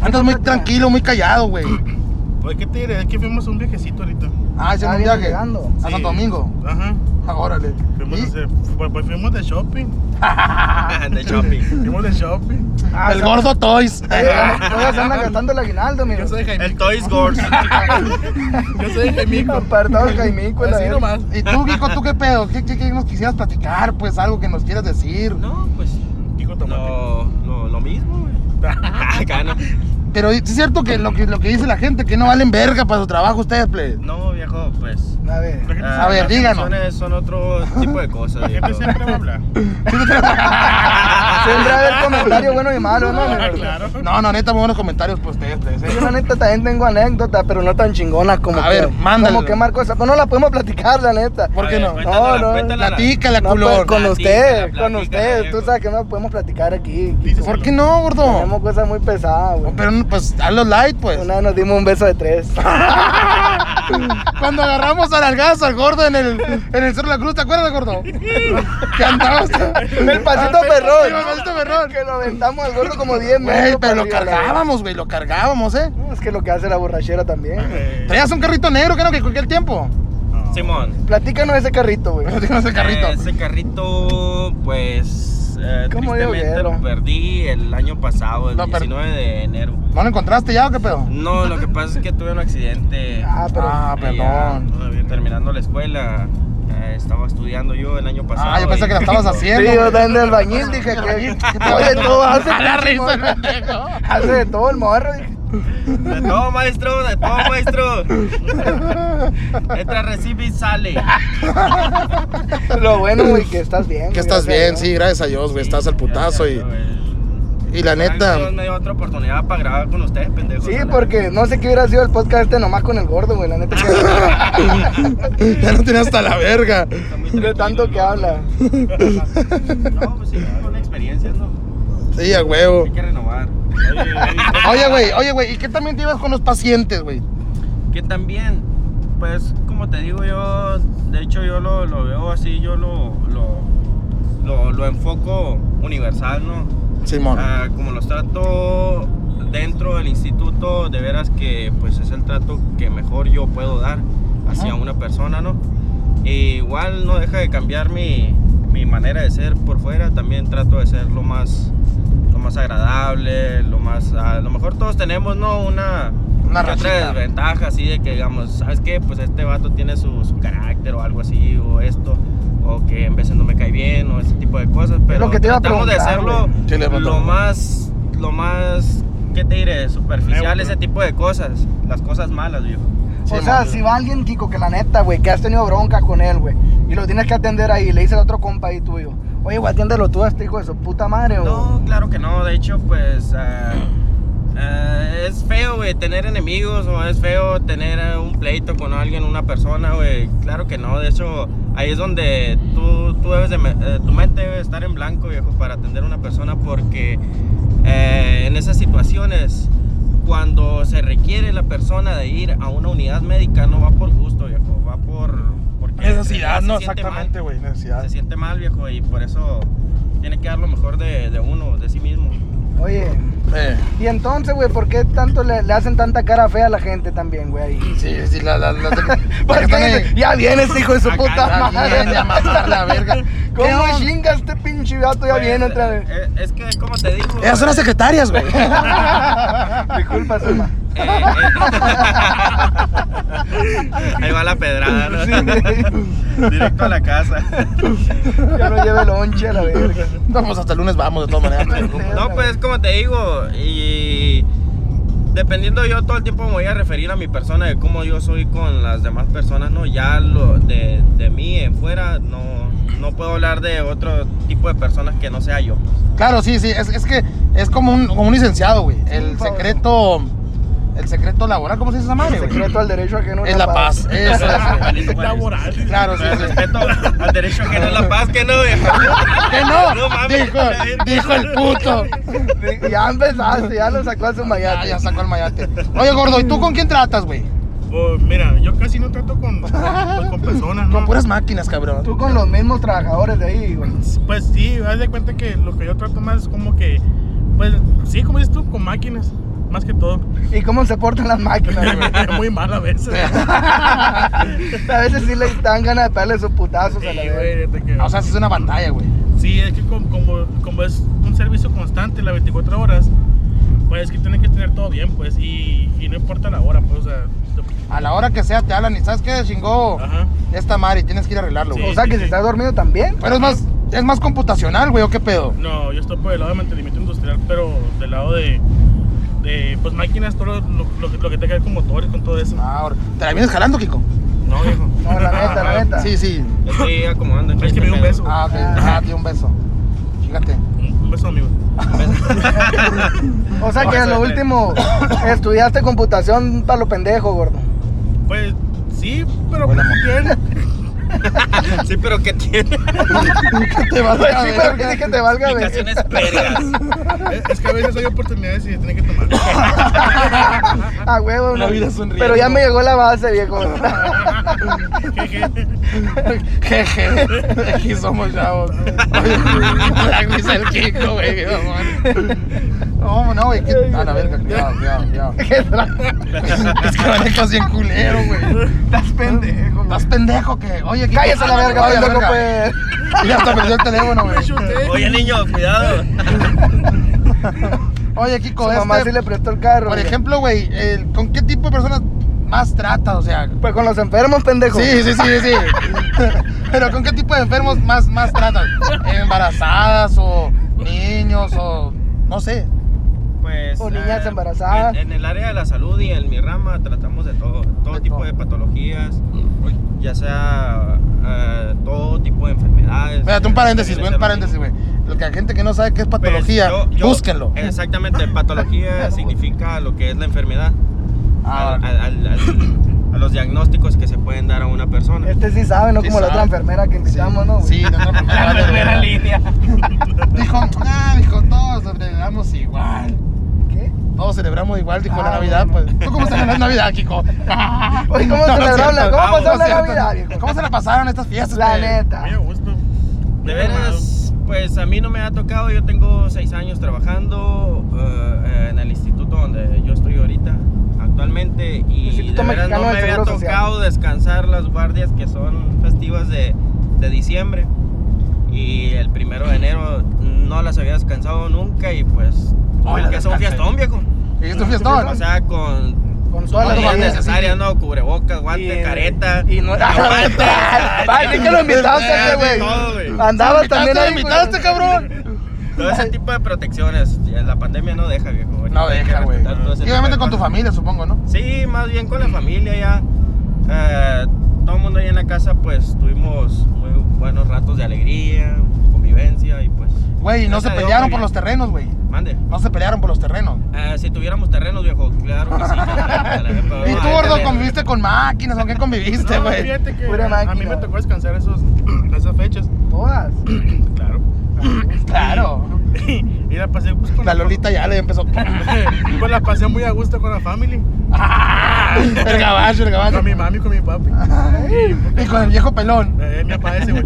[SPEAKER 2] Andas muy tranquilo, muy callado, güey.
[SPEAKER 4] Oye, ¿qué te diré? Es que fuimos a un viajecito ahorita.
[SPEAKER 2] Ah, hicieron
[SPEAKER 1] Ah, viene
[SPEAKER 2] un viaje.
[SPEAKER 1] llegando.
[SPEAKER 2] A Santo Domingo.
[SPEAKER 4] Ajá.
[SPEAKER 2] Ah, Órale.
[SPEAKER 4] Fuimos,
[SPEAKER 2] ¿Y?
[SPEAKER 4] a hacer- pues, pues fuimos de shopping.
[SPEAKER 3] De shopping.
[SPEAKER 4] Fuimos de shopping.
[SPEAKER 1] Ah,
[SPEAKER 2] el
[SPEAKER 1] sa-
[SPEAKER 2] gordo Toys.
[SPEAKER 1] Oye, Todas andan gastando el aguinaldo, mi
[SPEAKER 4] Yo soy Jaime.
[SPEAKER 3] El Toys Gores.
[SPEAKER 4] Yo soy Jaimico.
[SPEAKER 1] Apartado Jaimico, la
[SPEAKER 4] Así
[SPEAKER 1] verga.
[SPEAKER 4] nomás.
[SPEAKER 2] ¿Y tú, Kiko, tú qué pedo? ¿Qué, qué, qué nos quisieras platicar? Pues algo que nos quieras decir.
[SPEAKER 3] No, pues.
[SPEAKER 4] Kiko Tomate.
[SPEAKER 3] Lo, lo, lo mismo, güey. Acá no.
[SPEAKER 2] Pero es cierto que lo, que lo que dice la gente, que no valen verga para su trabajo ustedes, plebes.
[SPEAKER 3] No, viejo, pues.
[SPEAKER 1] A ver.
[SPEAKER 4] La gente
[SPEAKER 3] ah,
[SPEAKER 2] ver,
[SPEAKER 3] las
[SPEAKER 2] díganos.
[SPEAKER 3] canciones Son otro tipo de cosas,
[SPEAKER 4] La gente
[SPEAKER 3] viejo.
[SPEAKER 4] siempre va a hablar.
[SPEAKER 1] Siempre va a haber comentario bueno y malo, ¿no? mi
[SPEAKER 4] Ah,
[SPEAKER 1] gordo?
[SPEAKER 4] claro.
[SPEAKER 2] No, no, neta, muy buenos comentarios por ustedes, plebes.
[SPEAKER 1] Yo
[SPEAKER 2] ¿eh?
[SPEAKER 1] la neta también tengo anécdotas, pero no tan chingonas como
[SPEAKER 2] A
[SPEAKER 1] que,
[SPEAKER 2] ver, mándalo.
[SPEAKER 1] Como que marco esa, pues no la podemos platicar, la neta.
[SPEAKER 2] ¿Por
[SPEAKER 3] A
[SPEAKER 2] qué
[SPEAKER 3] ver,
[SPEAKER 2] no?
[SPEAKER 3] cuéntala,
[SPEAKER 1] No, no,
[SPEAKER 3] cuéntala.
[SPEAKER 2] Platícala,
[SPEAKER 1] No, pues,
[SPEAKER 2] culón.
[SPEAKER 1] con
[SPEAKER 3] Platícala,
[SPEAKER 1] ustedes, con
[SPEAKER 3] platícala,
[SPEAKER 1] ustedes. Tú
[SPEAKER 3] viejo.
[SPEAKER 1] sabes que no podemos platicar aquí.
[SPEAKER 4] Dices,
[SPEAKER 2] ¿Por qué no, gordo?
[SPEAKER 1] Tenemos cosas muy pesadas, güey.
[SPEAKER 2] Pero pues hazlo light, pues.
[SPEAKER 1] Una vez nos dimos un beso de tres.
[SPEAKER 2] Cuando agarramos a largadas al gordo en el, en el Cerro de la Cruz, ¿te acuerdas, gordo? que andabas.
[SPEAKER 1] El pasito
[SPEAKER 2] Sí, el
[SPEAKER 1] perrón.
[SPEAKER 2] Ah, pasito perrón.
[SPEAKER 1] Que lo aventamos al gordo como 10
[SPEAKER 2] Güey,
[SPEAKER 1] metros.
[SPEAKER 2] pero lo
[SPEAKER 1] para arriba, la
[SPEAKER 2] cargábamos, güey, lo cargábamos, ¿eh?
[SPEAKER 1] verdad. No, es que lo que hace la borrachera también.
[SPEAKER 4] Eh,
[SPEAKER 2] Traías un carrito negro, creo que cualquier tiempo.
[SPEAKER 4] no.
[SPEAKER 3] Simón.
[SPEAKER 1] Platícanos ese carrito, güey.
[SPEAKER 2] Pero tienes el carrito.
[SPEAKER 3] Eh, Ese carrito, pues. eh,
[SPEAKER 1] ¿Cómo yo
[SPEAKER 3] tristemente
[SPEAKER 1] vieron?
[SPEAKER 3] lo perdí el año pasado, el
[SPEAKER 2] Lo per-
[SPEAKER 3] 19 de enero.
[SPEAKER 2] ¿No lo encontraste ya o qué pedo?
[SPEAKER 3] No, lo que pasa es que tuve un accidente.
[SPEAKER 1] Ah, pero.
[SPEAKER 2] Ah,
[SPEAKER 3] allá,
[SPEAKER 2] perdón.
[SPEAKER 3] todavía terminando la escuela. eh, estaba estudiando yo el año pasado.
[SPEAKER 2] Ah, yo pensé
[SPEAKER 3] y-
[SPEAKER 2] que la estabas
[SPEAKER 1] Sí,
[SPEAKER 2] haciendo.
[SPEAKER 1] yo
[SPEAKER 2] güey.
[SPEAKER 1] también del bañil dije que. Oye, todo hace.
[SPEAKER 2] A la risa, el
[SPEAKER 1] pinche
[SPEAKER 2] pendejo.
[SPEAKER 1] morro. Hace de todo el morro. dije.
[SPEAKER 3] De todo, maestro, de todo, maestro. Entra, recibe y sale.
[SPEAKER 1] Lo bueno, güey, que estás bien.
[SPEAKER 2] Que
[SPEAKER 1] güey,
[SPEAKER 2] estás
[SPEAKER 1] o sea,
[SPEAKER 2] bien,
[SPEAKER 1] ¿no?
[SPEAKER 2] sí, gracias a Dios, güey. Estás al putazo y, y la
[SPEAKER 3] Dios
[SPEAKER 2] neta.
[SPEAKER 3] me dio otra oportunidad para grabar con ustedes, pendejos.
[SPEAKER 1] Sí, porque no sé qué hubiera sido el podcast este nomás con el gordo, güey. La neta que.
[SPEAKER 2] Ya no tenía hasta la verga.
[SPEAKER 1] De tanto que habla.
[SPEAKER 3] No, pues sí, con experiencias, ¿no?
[SPEAKER 2] Sí, a huevo.
[SPEAKER 3] Hay que renovar.
[SPEAKER 2] Oye, güey, oye, güey, ¿y qué también te ibas con los pacientes, güey?
[SPEAKER 3] Que también, pues, como te digo, yo, de hecho, yo lo, lo veo así, yo lo, lo, lo, lo enfoco universal, ¿no?
[SPEAKER 2] Simón.
[SPEAKER 3] Ah, como los trato dentro del instituto, de veras que pues es el trato que mejor yo puedo dar hacia
[SPEAKER 2] Ajá.
[SPEAKER 3] una persona, ¿no? E igual no deja de cambiar mi, mi manera de ser por fuera, también trato de ser lo más, lo más agradable, lo más... A lo mejor todos tenemos, ¿no? Una...
[SPEAKER 2] Una
[SPEAKER 3] que otra
[SPEAKER 2] rachita.
[SPEAKER 3] desventaja así de que digamos, ¿sabes qué? Pues este vato tiene su, su carácter o algo así, o esto, o que en veces no me cae bien, o ese tipo de cosas, pero
[SPEAKER 1] que te iba a
[SPEAKER 3] tratamos de
[SPEAKER 1] preguntar,
[SPEAKER 3] hacerlo
[SPEAKER 1] güey.
[SPEAKER 2] Sí, le
[SPEAKER 3] lo
[SPEAKER 2] pregunto.
[SPEAKER 3] más, lo más, ¿qué te diré? Superficial,
[SPEAKER 4] Neutro.
[SPEAKER 3] ese tipo de cosas. Las cosas malas, viejo.
[SPEAKER 1] O
[SPEAKER 2] Simón.
[SPEAKER 1] sea, si va alguien, Kiko, que la neta, güey, que has tenido bronca con él, güey, y lo tienes que atender ahí, le dices al otro compa ahí tuyo, oye, güey, atiéndelo tú a este hijo de su puta madre, güey.
[SPEAKER 3] No, claro que no. De hecho, pues, ah, ah, es feo, güey, tener enemigos o es feo tener eh, un pleito con alguien, una persona, güey. Claro que no. De hecho, ahí es donde tú, tú debes de, me- eh, tu mente debe estar en blanco, viejo, para atender a una persona porque eh, en esas situaciones cuando se requiere la persona de ir a una unidad médica no va por gusto, viejo, va por porque se siente mal.
[SPEAKER 2] güey, necesidad.
[SPEAKER 3] Se siente mal, viejo, y por eso tiene que dar lo mejor de, de uno, de sí mismo.
[SPEAKER 1] Oye,
[SPEAKER 2] Eh,
[SPEAKER 1] Y entonces, güey, ¿por qué tanto le, le hacen tanta cara fea a la gente también, güey? ahí?
[SPEAKER 2] sí, sí, la, la, la, la-
[SPEAKER 1] ¿Por
[SPEAKER 2] acá
[SPEAKER 1] qué
[SPEAKER 2] están ahí.
[SPEAKER 1] dice, ya viene este hijo de su
[SPEAKER 3] Acá
[SPEAKER 1] puta
[SPEAKER 2] Ya viene a
[SPEAKER 1] madre.
[SPEAKER 2] matar la verga. ¿Qué
[SPEAKER 1] ¿Cómo
[SPEAKER 2] onda?
[SPEAKER 1] chinga este pinche gato? Ya
[SPEAKER 3] Pues,
[SPEAKER 1] viene otra vez.
[SPEAKER 3] eh, Es que, ¿cómo te digo?
[SPEAKER 2] Ellas Eh, son las secretarias, güey.
[SPEAKER 1] Disculpa, Suma.
[SPEAKER 3] Eh, eh. Ahí va la pedrada, ¿no? Directo a la casa.
[SPEAKER 1] Ya no lleve lonche a la verga.
[SPEAKER 2] Vamos, hasta el lunes vamos, de todas maneras.
[SPEAKER 3] No, pues como te digo, y dependiendo yo todo el tiempo me voy a referir a mi persona, de cómo yo soy con las demás personas, ¿no? Ya lo de, de mí en fuera, no, no puedo hablar de otro tipo de personas que no sea yo.
[SPEAKER 2] Claro, sí, sí, es, es que es como un, como un licenciado, güey. El secreto, el secreto laboral, ¿cómo se dice esa madre, güey?
[SPEAKER 1] Secreto al derecho ajeno.
[SPEAKER 2] Es la paz, eso es. güey.
[SPEAKER 4] Laboral.
[SPEAKER 2] Claro, sí,
[SPEAKER 3] Con
[SPEAKER 2] sí.
[SPEAKER 3] Respeto al derecho que no es la paz, que no.
[SPEAKER 2] ¡Que no!
[SPEAKER 3] No mames.
[SPEAKER 2] dijo, dijo el puto.
[SPEAKER 1] Ya empezaste, ya lo sacó a su
[SPEAKER 2] Ya,
[SPEAKER 1] mayate.
[SPEAKER 2] ya sacó el mayate. Oye, gordo, ¿y tú con quién tratas, güey?
[SPEAKER 4] Pues, mira, yo casi no trato con, pues, con personas, ¿no?
[SPEAKER 2] Con puras máquinas, cabrón.
[SPEAKER 1] Tú con los mismos trabajadores de ahí, güey.
[SPEAKER 4] Pues sí, haz de cuenta que lo que yo trato más es como que, pues sí, como dices tú, con máquinas, más que todo.
[SPEAKER 1] ¿Y cómo se portan las máquinas, güey?
[SPEAKER 4] Muy mal a veces.
[SPEAKER 1] A veces sí le dan ganas de pegarle sus putazos Pues a la
[SPEAKER 4] Sí,
[SPEAKER 1] verga.
[SPEAKER 4] güey, de que-
[SPEAKER 2] O sea, sí es una batalla, güey.
[SPEAKER 4] sí, es que como, como, como es un servicio constante, las 24 horas, pues es que tienen que tener todo bien, pues, y, y no importa la hora, pues, o sea,
[SPEAKER 2] A la hora que sea te hablan y ¿sabes qué? Chingó
[SPEAKER 4] ajá.
[SPEAKER 2] esta madre y tienes que ir a arreglarlo, güey.
[SPEAKER 1] O sea que si estás dormido también.
[SPEAKER 2] Pero es más, es más computacional, güey, ¿o qué pedo?
[SPEAKER 4] No, yo estoy por el lado de mantenimiento industrial, pero del lado de, de pues, máquinas, todo lo, lo- lo que tenga que ver con motores, con todo eso.
[SPEAKER 2] Ah, ahora- ¿Te la vienes jalando, Kiko?
[SPEAKER 4] No, viejo.
[SPEAKER 1] No, la neta, la neta.
[SPEAKER 2] Sí, sí.
[SPEAKER 3] Estoy acomodando. aquí
[SPEAKER 4] Es que me dio un
[SPEAKER 3] este
[SPEAKER 4] beso.
[SPEAKER 2] Ah, ok. Ah, tío, un beso. Fíjate.
[SPEAKER 4] Un beso, amigo.
[SPEAKER 1] O sea que en lo último estudiaste computación para lo pendejo, gordo.
[SPEAKER 4] Pues sí, pero
[SPEAKER 2] Buena
[SPEAKER 4] ¿por qué?
[SPEAKER 3] pedo. Sí, pero ¿qué tiene?
[SPEAKER 2] Te vas
[SPEAKER 1] Pues sí, pero que sí que te valga, güey.
[SPEAKER 3] Aplicaciones pergas.
[SPEAKER 4] Es- Es que a veces hay oportunidades y se tienen que tomar.
[SPEAKER 1] A huevo,
[SPEAKER 2] La
[SPEAKER 1] no.
[SPEAKER 2] vida es un riesgo.
[SPEAKER 1] Pero ya me llegó la base, viejo.
[SPEAKER 4] Jeje.
[SPEAKER 2] Jeje. Aquí somos chavos. La risa del Kiko, güey. qué mamón. No, no, güey. qué- A la verga, cuidado, cuidado, cuidado.
[SPEAKER 1] Qué tra-
[SPEAKER 2] Es que manejas bien culero, güey.
[SPEAKER 1] Estás pendejo, güey.
[SPEAKER 2] Estás pendejo Ah, que. Oye, Kiko.
[SPEAKER 1] Cállese la verga,
[SPEAKER 2] Oye,
[SPEAKER 1] pendejo,
[SPEAKER 2] verga.
[SPEAKER 1] pues.
[SPEAKER 2] Y hasta perdió el teléfono, güey.
[SPEAKER 3] Oye, niño, cuidado.
[SPEAKER 2] Oye, Kiko,
[SPEAKER 1] Su
[SPEAKER 2] este,
[SPEAKER 1] mamá sí le prestó el carro.
[SPEAKER 2] Por
[SPEAKER 1] güey.
[SPEAKER 2] ejemplo, güey, el- ¿con qué tipo de personas más tratas? O sea,
[SPEAKER 1] Pues con los enfermos, pendejo.
[SPEAKER 2] Sí, sí, sí, sí. Pero ¿con qué tipo de enfermos más, más tratan? ¿Embarazadas o niños o no sé?
[SPEAKER 3] Pues,
[SPEAKER 1] O niñas
[SPEAKER 3] eh,
[SPEAKER 1] embarazadas.
[SPEAKER 3] En, en el área de la salud y en mi rama tratamos de todo, todo
[SPEAKER 2] De
[SPEAKER 3] tipo
[SPEAKER 2] todo.
[SPEAKER 3] de patologías, ya sea eh, todo tipo de enfermedades.
[SPEAKER 2] Espérate, un paréntesis, güey, un
[SPEAKER 3] Pues,
[SPEAKER 2] paréntesis, güey. Lo que la gente que no sabe qué es patología,
[SPEAKER 3] yo- yo-
[SPEAKER 2] búsquenlo.
[SPEAKER 3] Exactamente, patología significa lo que es la enfermedad,
[SPEAKER 2] Ah,
[SPEAKER 3] al- al- al- al- a los diagnósticos que se pueden dar a una persona.
[SPEAKER 1] Este sí sabe, ¿no?
[SPEAKER 2] Sí
[SPEAKER 1] Como la otra
[SPEAKER 2] sabe.
[SPEAKER 1] enfermera que invitamos, ¿no? güey?
[SPEAKER 2] Sí, de otra manera, vale, güey.
[SPEAKER 4] línea.
[SPEAKER 2] Dijo, ah, dijo, todos celebramos igual.
[SPEAKER 1] ¿Qué?
[SPEAKER 2] Todos celebramos igual, dijo
[SPEAKER 1] Ah,
[SPEAKER 2] la Navidad, pues. ¿Tú cómo celebras Navidad, Kiko?
[SPEAKER 1] Oye, ¿cómo
[SPEAKER 2] No, no es
[SPEAKER 1] celebraron la-
[SPEAKER 2] cierto,
[SPEAKER 1] cómo
[SPEAKER 2] no,
[SPEAKER 1] pasaron
[SPEAKER 2] no
[SPEAKER 1] la
[SPEAKER 2] es cierto.
[SPEAKER 1] Navidad, viejo?
[SPEAKER 2] ¿Cómo se la pasaron estas fiestas?
[SPEAKER 1] La
[SPEAKER 2] güey?
[SPEAKER 1] neta.
[SPEAKER 4] Muy a gusto.
[SPEAKER 3] De veras, pues a mí no me ha tocado, yo tengo seis años trabajando eh, en el instituto donde yo estoy ahorita actualmente y
[SPEAKER 1] Instituto
[SPEAKER 3] de veras
[SPEAKER 1] Mexicano
[SPEAKER 3] no me
[SPEAKER 1] del
[SPEAKER 3] había
[SPEAKER 1] Seguro
[SPEAKER 3] tocado
[SPEAKER 1] Social.
[SPEAKER 3] descansar las guardias que son festivas de, de diciembre y el primero de enero no las había descansado nunca y pues
[SPEAKER 2] Hoy las
[SPEAKER 3] que es un
[SPEAKER 2] descansé.
[SPEAKER 3] fiestón viejo.
[SPEAKER 2] ¿Y esto fiestón?
[SPEAKER 3] O sea, con...
[SPEAKER 1] Con
[SPEAKER 3] sus
[SPEAKER 1] todas las
[SPEAKER 3] medidas
[SPEAKER 1] medidas,
[SPEAKER 3] necesarias, ¿no? Cubrebocas, guante,
[SPEAKER 1] Y-
[SPEAKER 3] careta.
[SPEAKER 1] Y no
[SPEAKER 3] aguante.
[SPEAKER 1] Ay, sí que lo invitaste,
[SPEAKER 3] Todo,
[SPEAKER 1] güey.
[SPEAKER 3] güey.
[SPEAKER 1] Andabas también
[SPEAKER 2] ¿Invitaste,
[SPEAKER 1] ahí.
[SPEAKER 2] invitaste,
[SPEAKER 1] güey.
[SPEAKER 2] cabrón?
[SPEAKER 3] Todo ese tipo de protecciones, ya la pandemia no deja, viejo. güey.
[SPEAKER 2] No
[SPEAKER 3] Hay que
[SPEAKER 2] deja, güey.
[SPEAKER 3] respetar todo ese
[SPEAKER 2] Y obviamente
[SPEAKER 3] tipo
[SPEAKER 2] con
[SPEAKER 3] de
[SPEAKER 2] tu
[SPEAKER 3] cosas.
[SPEAKER 2] familia, supongo, ¿no?
[SPEAKER 3] Sí, más bien con la familia ya. Eh, todo el mundo ahí en la casa, pues tuvimos muy buenos ratos de alegría, convivencia y pues.
[SPEAKER 2] Güey, y no
[SPEAKER 3] gracias
[SPEAKER 2] se
[SPEAKER 3] a Dios,
[SPEAKER 2] pelearon por
[SPEAKER 3] muy bien.
[SPEAKER 2] los terrenos, güey.
[SPEAKER 3] Mande.
[SPEAKER 2] No se pelearon por los terrenos.
[SPEAKER 3] Eh, si tuviéramos terrenos, viejo, claro que sí.
[SPEAKER 2] ¿Y tú, gordo, conviviste con máquinas? ¿Con qué conviviste, Este
[SPEAKER 4] No,
[SPEAKER 2] güey?
[SPEAKER 4] fíjate que
[SPEAKER 1] Pura
[SPEAKER 4] a- a mí
[SPEAKER 1] máquina.
[SPEAKER 4] me tocó descansar esos, esas fechas.
[SPEAKER 1] Todas.
[SPEAKER 4] Claro.
[SPEAKER 2] claro.
[SPEAKER 4] y la pasé pues, con
[SPEAKER 2] La Lolita ya le empezó.
[SPEAKER 4] pues la pasé muy a gusto con la family.
[SPEAKER 2] el gabacho, el gabacho.
[SPEAKER 4] Con mi mami, con mi papi.
[SPEAKER 2] Y con el viejo pelón.
[SPEAKER 4] Eh, mi papá ese, güey.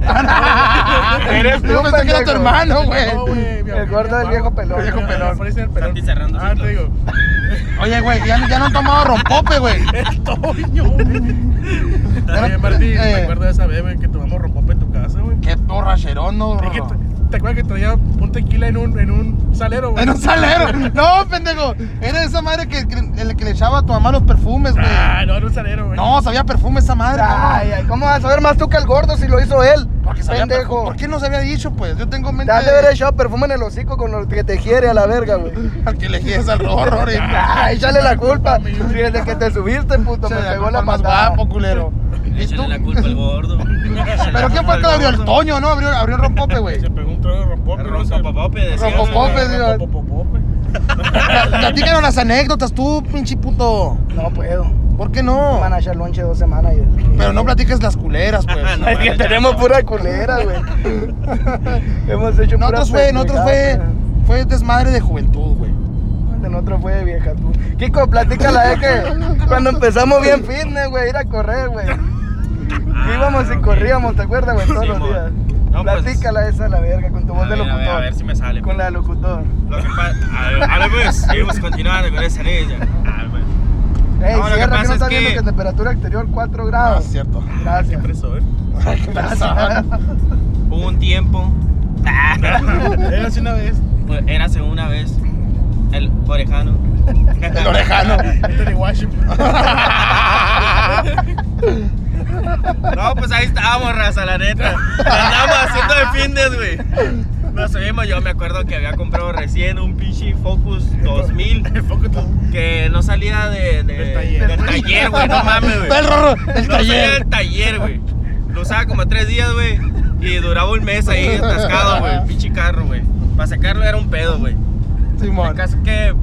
[SPEAKER 1] Eres
[SPEAKER 2] Yo
[SPEAKER 1] tú,
[SPEAKER 2] pensé que era tu
[SPEAKER 1] pendejo.
[SPEAKER 2] hermano, güey.
[SPEAKER 4] No, güey, mi
[SPEAKER 1] El
[SPEAKER 4] mi
[SPEAKER 1] gordo del
[SPEAKER 4] papá.
[SPEAKER 1] viejo pelón.
[SPEAKER 2] El viejo
[SPEAKER 4] Ah,
[SPEAKER 2] pelón.
[SPEAKER 4] por ahí está el pelón.
[SPEAKER 3] Santi cerrando
[SPEAKER 4] Ah, te
[SPEAKER 3] ciclos.
[SPEAKER 4] digo.
[SPEAKER 2] Oye, güey, ya, ya no han tomado rompope, güey.
[SPEAKER 4] El Toño. Oye, Martín,
[SPEAKER 2] Eh.
[SPEAKER 4] me acuerdo de esa vez, güey, que tomamos rompope en tu casa, güey.
[SPEAKER 2] Qué borracherón, no,
[SPEAKER 4] Es que
[SPEAKER 2] Rorro.
[SPEAKER 4] te- ¿Te acuerdas que traía un tequila en un, en un salero, güey?
[SPEAKER 2] En un salero. No, pendejo. Era esa madre que, que- el que le echaba a tu mamá los perfumes, güey.
[SPEAKER 4] Ah, no, en un salero, güey.
[SPEAKER 2] No, sabía perfume esa madre.
[SPEAKER 1] Ay, ay, ¿cómo vas a saber más tú que el gordo si lo hizo él?
[SPEAKER 2] Porque sabía perfume.
[SPEAKER 1] Pendejo.
[SPEAKER 2] ¿Por qué no se había dicho, pues? Yo tengo mente.
[SPEAKER 1] Dale ver echado perfume en el hocico con lo que te quiere a la verga, güey.
[SPEAKER 2] Al que elegías al Rorro, ahorita.
[SPEAKER 1] Ay, échale la culpa. Si Desde que te subiste, puto,
[SPEAKER 2] Se
[SPEAKER 1] me
[SPEAKER 2] la
[SPEAKER 1] pegó
[SPEAKER 2] culpa
[SPEAKER 1] la
[SPEAKER 2] al más
[SPEAKER 1] patada.
[SPEAKER 2] guapo, culero. ¿Y tú?
[SPEAKER 3] Échale la culpa al gordo.
[SPEAKER 2] ¿Pero quién fue el que lo abrió? El
[SPEAKER 3] toño?
[SPEAKER 2] Toño, ¿no? Abrió, abrió el rompope, güey.
[SPEAKER 4] Se pegó un trago de rompope. ¿no?
[SPEAKER 2] Rompopope,
[SPEAKER 4] Rompopope,
[SPEAKER 2] digo.
[SPEAKER 4] Rompopope.
[SPEAKER 2] Platícanos las anécdotas tú, pinche puto.
[SPEAKER 1] No puedo.
[SPEAKER 2] ¿Por qué no?
[SPEAKER 1] Me Van a echar lonche dos semanas. y-
[SPEAKER 2] Pero no platiques las culeras, pues.
[SPEAKER 3] Ah, no.
[SPEAKER 1] Es que tenemos pura culera, güey. Hemos hecho pura
[SPEAKER 2] Nosotros fue, nosotros fue,
[SPEAKER 1] pendejada.
[SPEAKER 2] fue desmadre de juventud, güey.
[SPEAKER 1] De nosotros fue de vieja tú. Kiko, platícala de que cuando empezamos bien fitness, güey, ir a correr, güey.
[SPEAKER 3] Ah,
[SPEAKER 1] Íbamos y
[SPEAKER 3] ok.
[SPEAKER 1] corríamos, ¿te acuerdas, güey? Todos los
[SPEAKER 3] Simón.
[SPEAKER 1] días.
[SPEAKER 3] No, pues-
[SPEAKER 1] platícala esa a la verga con tu voz
[SPEAKER 3] A
[SPEAKER 1] de
[SPEAKER 3] ver, a
[SPEAKER 1] locutor.
[SPEAKER 3] ver, a ver si me sale. pues.
[SPEAKER 1] Con la de locutor.
[SPEAKER 3] Lo que pasa. A ver, a ver, pues, seguimos continuando con esa niña.
[SPEAKER 4] Ah,
[SPEAKER 3] A ver, pues.
[SPEAKER 1] Ey,
[SPEAKER 3] No, lo que
[SPEAKER 1] cierra que
[SPEAKER 3] pasa
[SPEAKER 1] no está
[SPEAKER 3] es
[SPEAKER 1] viendo
[SPEAKER 3] que-
[SPEAKER 1] que temperatura exterior 4
[SPEAKER 2] Ah,
[SPEAKER 1] grados.
[SPEAKER 2] es cierto.
[SPEAKER 1] Gracias.
[SPEAKER 4] Siempre soy.
[SPEAKER 2] Ay, qué pesado.
[SPEAKER 3] Hubo un tiempo.
[SPEAKER 4] Era así una vez.
[SPEAKER 3] Pues, Era hace una vez. El orejano.
[SPEAKER 2] El orejano.
[SPEAKER 4] Anthony Este Washington.
[SPEAKER 3] No, pues ahí estábamos, raza, la neta. Andábamos haciendo de fitness, güey. Nos subimos, yo me acuerdo que había comprado recién un pinche Focus 2000
[SPEAKER 4] El foco todo.
[SPEAKER 3] que no salía de, de-
[SPEAKER 4] Del taller.
[SPEAKER 3] del taller, güey, no mames, güey.
[SPEAKER 2] El Rorro, el
[SPEAKER 3] No salía
[SPEAKER 2] taller.
[SPEAKER 3] del taller, güey. Lo usaba como tres días, güey. Y duraba un mes ahí atascado, güey. Pinche carro, güey. Para sacarlo era un pedo, güey. El
[SPEAKER 2] Simón.
[SPEAKER 3] caso es que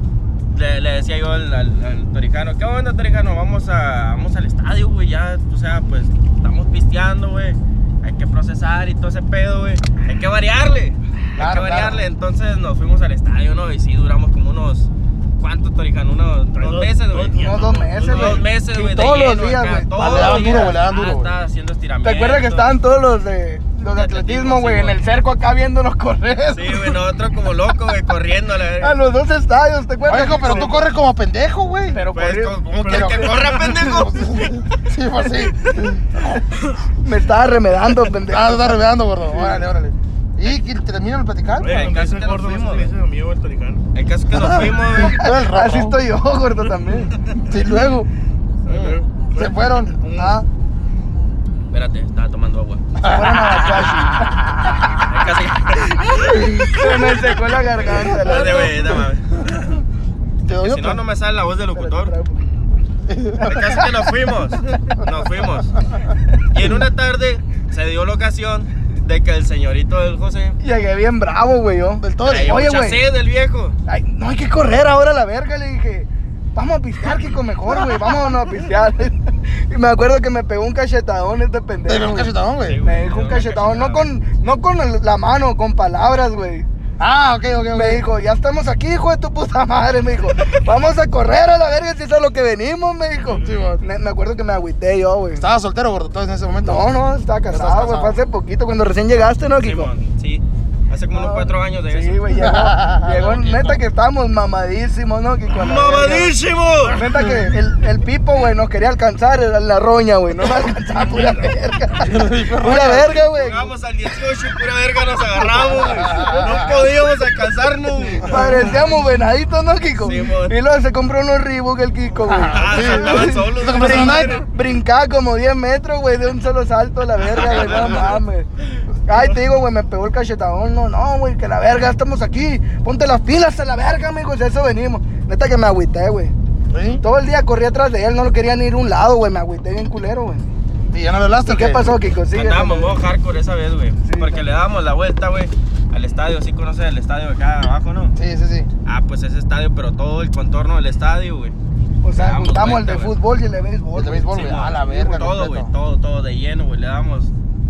[SPEAKER 3] le, le decía yo al, al, al Torijano, ¿qué onda Torijano? Vamos, a, vamos al estadio, güey, ya, o sea, pues estamos pisteando, güey. Hay que procesar y todo ese pedo, güey. Hay que variarle. Hay que
[SPEAKER 2] Claro,
[SPEAKER 3] variarle. Entonces nos fuimos al estadio, ¿no? Y sí, duramos como unos... ¿Cuánto, Torijano? Unos dos meses, güey.
[SPEAKER 1] Unos dos meses,
[SPEAKER 3] Unos
[SPEAKER 1] güey.
[SPEAKER 3] dos meses,
[SPEAKER 1] Sí,
[SPEAKER 3] güey. de
[SPEAKER 1] todos los
[SPEAKER 3] lleno
[SPEAKER 1] días,
[SPEAKER 3] acá,
[SPEAKER 1] güey.
[SPEAKER 3] todos
[SPEAKER 2] Ah, le daban
[SPEAKER 3] los
[SPEAKER 2] duro,
[SPEAKER 3] días.
[SPEAKER 2] güey, le daban
[SPEAKER 3] Ah,
[SPEAKER 2] duro, güey.
[SPEAKER 3] Estaba haciendo
[SPEAKER 1] ¿Te
[SPEAKER 3] estiramiento.
[SPEAKER 1] acuerdas que estaban todos los de los de
[SPEAKER 3] De atletismo,
[SPEAKER 1] atletismo, güey,
[SPEAKER 3] sí,
[SPEAKER 1] en
[SPEAKER 3] güey.
[SPEAKER 1] el cerco acá viéndonos correr?
[SPEAKER 3] Sí, güey, nosotros como locos, güey, corriendo. a La... verga.
[SPEAKER 1] A los dos estadios, ¿te acuerdas?
[SPEAKER 2] Oye, hijo, pero
[SPEAKER 1] Sí.
[SPEAKER 2] tú corres como pendejo, güey.
[SPEAKER 1] Pero
[SPEAKER 3] Pues,
[SPEAKER 1] corrí-
[SPEAKER 3] ¿cómo
[SPEAKER 2] Pero-
[SPEAKER 3] quieres que corra, pendejo?
[SPEAKER 2] Sí, pues sí.
[SPEAKER 1] me estaba remedando, pendejo.
[SPEAKER 2] Ah, tú estás revelando, gordo. Órale, órale. ¿Y que termina de platicar?
[SPEAKER 4] Oye,
[SPEAKER 3] Oye,
[SPEAKER 4] donde
[SPEAKER 3] casi te
[SPEAKER 4] dice el
[SPEAKER 3] lo
[SPEAKER 4] gordo, no
[SPEAKER 3] fuimos,
[SPEAKER 4] sé si le dice el amigo el toricano.
[SPEAKER 3] El caso es que nos fuimos, güey.
[SPEAKER 2] Todo el Rorro.
[SPEAKER 1] Así estoy yo, gordo, también.
[SPEAKER 2] Sí, luego.
[SPEAKER 4] Luego,
[SPEAKER 2] Se fueron. Ah.
[SPEAKER 3] Espérate, estaba tomando agua.
[SPEAKER 1] Se me secó la garganta. la-
[SPEAKER 3] Espérate, güey, no mames.
[SPEAKER 2] Te doy
[SPEAKER 3] Que Si
[SPEAKER 2] otro.
[SPEAKER 3] no, no me sale la voz del locutor. El caso es que nos fuimos. Nos fuimos. Y en una tarde se dio la ocasión de que el señorito del José
[SPEAKER 1] Llegué bien bravo, güey, yo.
[SPEAKER 2] Del todo.
[SPEAKER 3] traía
[SPEAKER 1] Oye,
[SPEAKER 3] mucha
[SPEAKER 1] güey.
[SPEAKER 3] sed del viejo.
[SPEAKER 1] Ay, no hay que correr ahora a la verga, le dije. Vamos a pistear, Kiko, mejor, güey. Vámonos a pistear. Y me acuerdo que me pegó un cachetadón este pendejo.
[SPEAKER 2] Te dio un
[SPEAKER 1] güey.
[SPEAKER 2] cachetadón, güey.
[SPEAKER 1] Me dijo un cachetadón, no con, no con el- la mano, con palabras, güey.
[SPEAKER 2] Ah, ok, ok, ok.
[SPEAKER 1] Me dijo, ya estamos aquí, hijo de tu puta madre, me dijo. Vamos a correr a la verga si eso es lo que venimos, me dijo.
[SPEAKER 2] Sí, güey.
[SPEAKER 1] Me, me acuerdo que me agüité yo, güey.
[SPEAKER 2] Estaba soltero, gordo, entonces en ese momento.
[SPEAKER 1] No, no, estaba
[SPEAKER 2] estás
[SPEAKER 1] casado, güey.
[SPEAKER 2] casado.
[SPEAKER 1] Fue hace poquito, cuando recién llegaste, ¿no, Kiko?
[SPEAKER 3] Simón, sí. Hace como
[SPEAKER 2] Ah,
[SPEAKER 3] unos cuatro años de
[SPEAKER 1] Sí,
[SPEAKER 3] eso.
[SPEAKER 1] güey, llegó. llegó
[SPEAKER 3] Kiko.
[SPEAKER 1] neta que estábamos mamadísimos, ¿no, Kiko? A la verga.
[SPEAKER 3] ¡Mamadísimo!
[SPEAKER 1] Neta que el, el pipo, güey, nos quería alcanzar, era la roña, güey. No nos alcanzaba, pura verga. Pura verga, güey.
[SPEAKER 3] Llegamos al 18, pura verga, nos agarramos. güey. No podíamos alcanzarnos. güey.
[SPEAKER 1] Parecíamos venaditos, ¿no, Kiko?
[SPEAKER 3] Sí, mon.
[SPEAKER 1] y luego se compró unos Reebok el Kiko, güey.
[SPEAKER 3] Ah, saltaban solos.
[SPEAKER 2] ¿Te compraste una
[SPEAKER 1] Brinca-
[SPEAKER 2] Nike?
[SPEAKER 1] Brincaba como 10 metros, güey, de un solo salto a la verga, güey, no mames. Ay, te digo, güey, me pegó el cachetadón. No, no, güey, que la verga, estamos aquí. Ponte las pilas a la verga, amigo, si a eso venimos. Neta que me agüité, güey.
[SPEAKER 2] ¿Sí?
[SPEAKER 1] Todo el día corrí atrás de él, no lo querían ir a un lado, güey, me agüité bien culero, güey.
[SPEAKER 2] ¿Y ya no le hablaste?
[SPEAKER 1] ¿Y
[SPEAKER 2] o
[SPEAKER 1] qué pasó, Kiko? Sigue,
[SPEAKER 3] Andábamos
[SPEAKER 1] güey.
[SPEAKER 3] modo hardcore esa vez, güey. porque le dábamos la vuelta, güey, al estadio. Sí conoces el estadio de acá abajo, ¿no?
[SPEAKER 2] Sí, sí, sí.
[SPEAKER 3] Ah, pues ese estadio, pero todo el contorno del estadio, güey.
[SPEAKER 1] O sea,
[SPEAKER 3] Damos
[SPEAKER 1] juntamos el
[SPEAKER 3] vuelta,
[SPEAKER 1] de
[SPEAKER 3] güey.
[SPEAKER 1] fútbol y el de béisbol.
[SPEAKER 2] El de
[SPEAKER 1] güey.
[SPEAKER 2] béisbol, güey.
[SPEAKER 3] Sí,
[SPEAKER 2] Ah, la verga.
[SPEAKER 3] Todo, güey,
[SPEAKER 2] completo.
[SPEAKER 3] todo, todo de lleno, güey. Le dábamos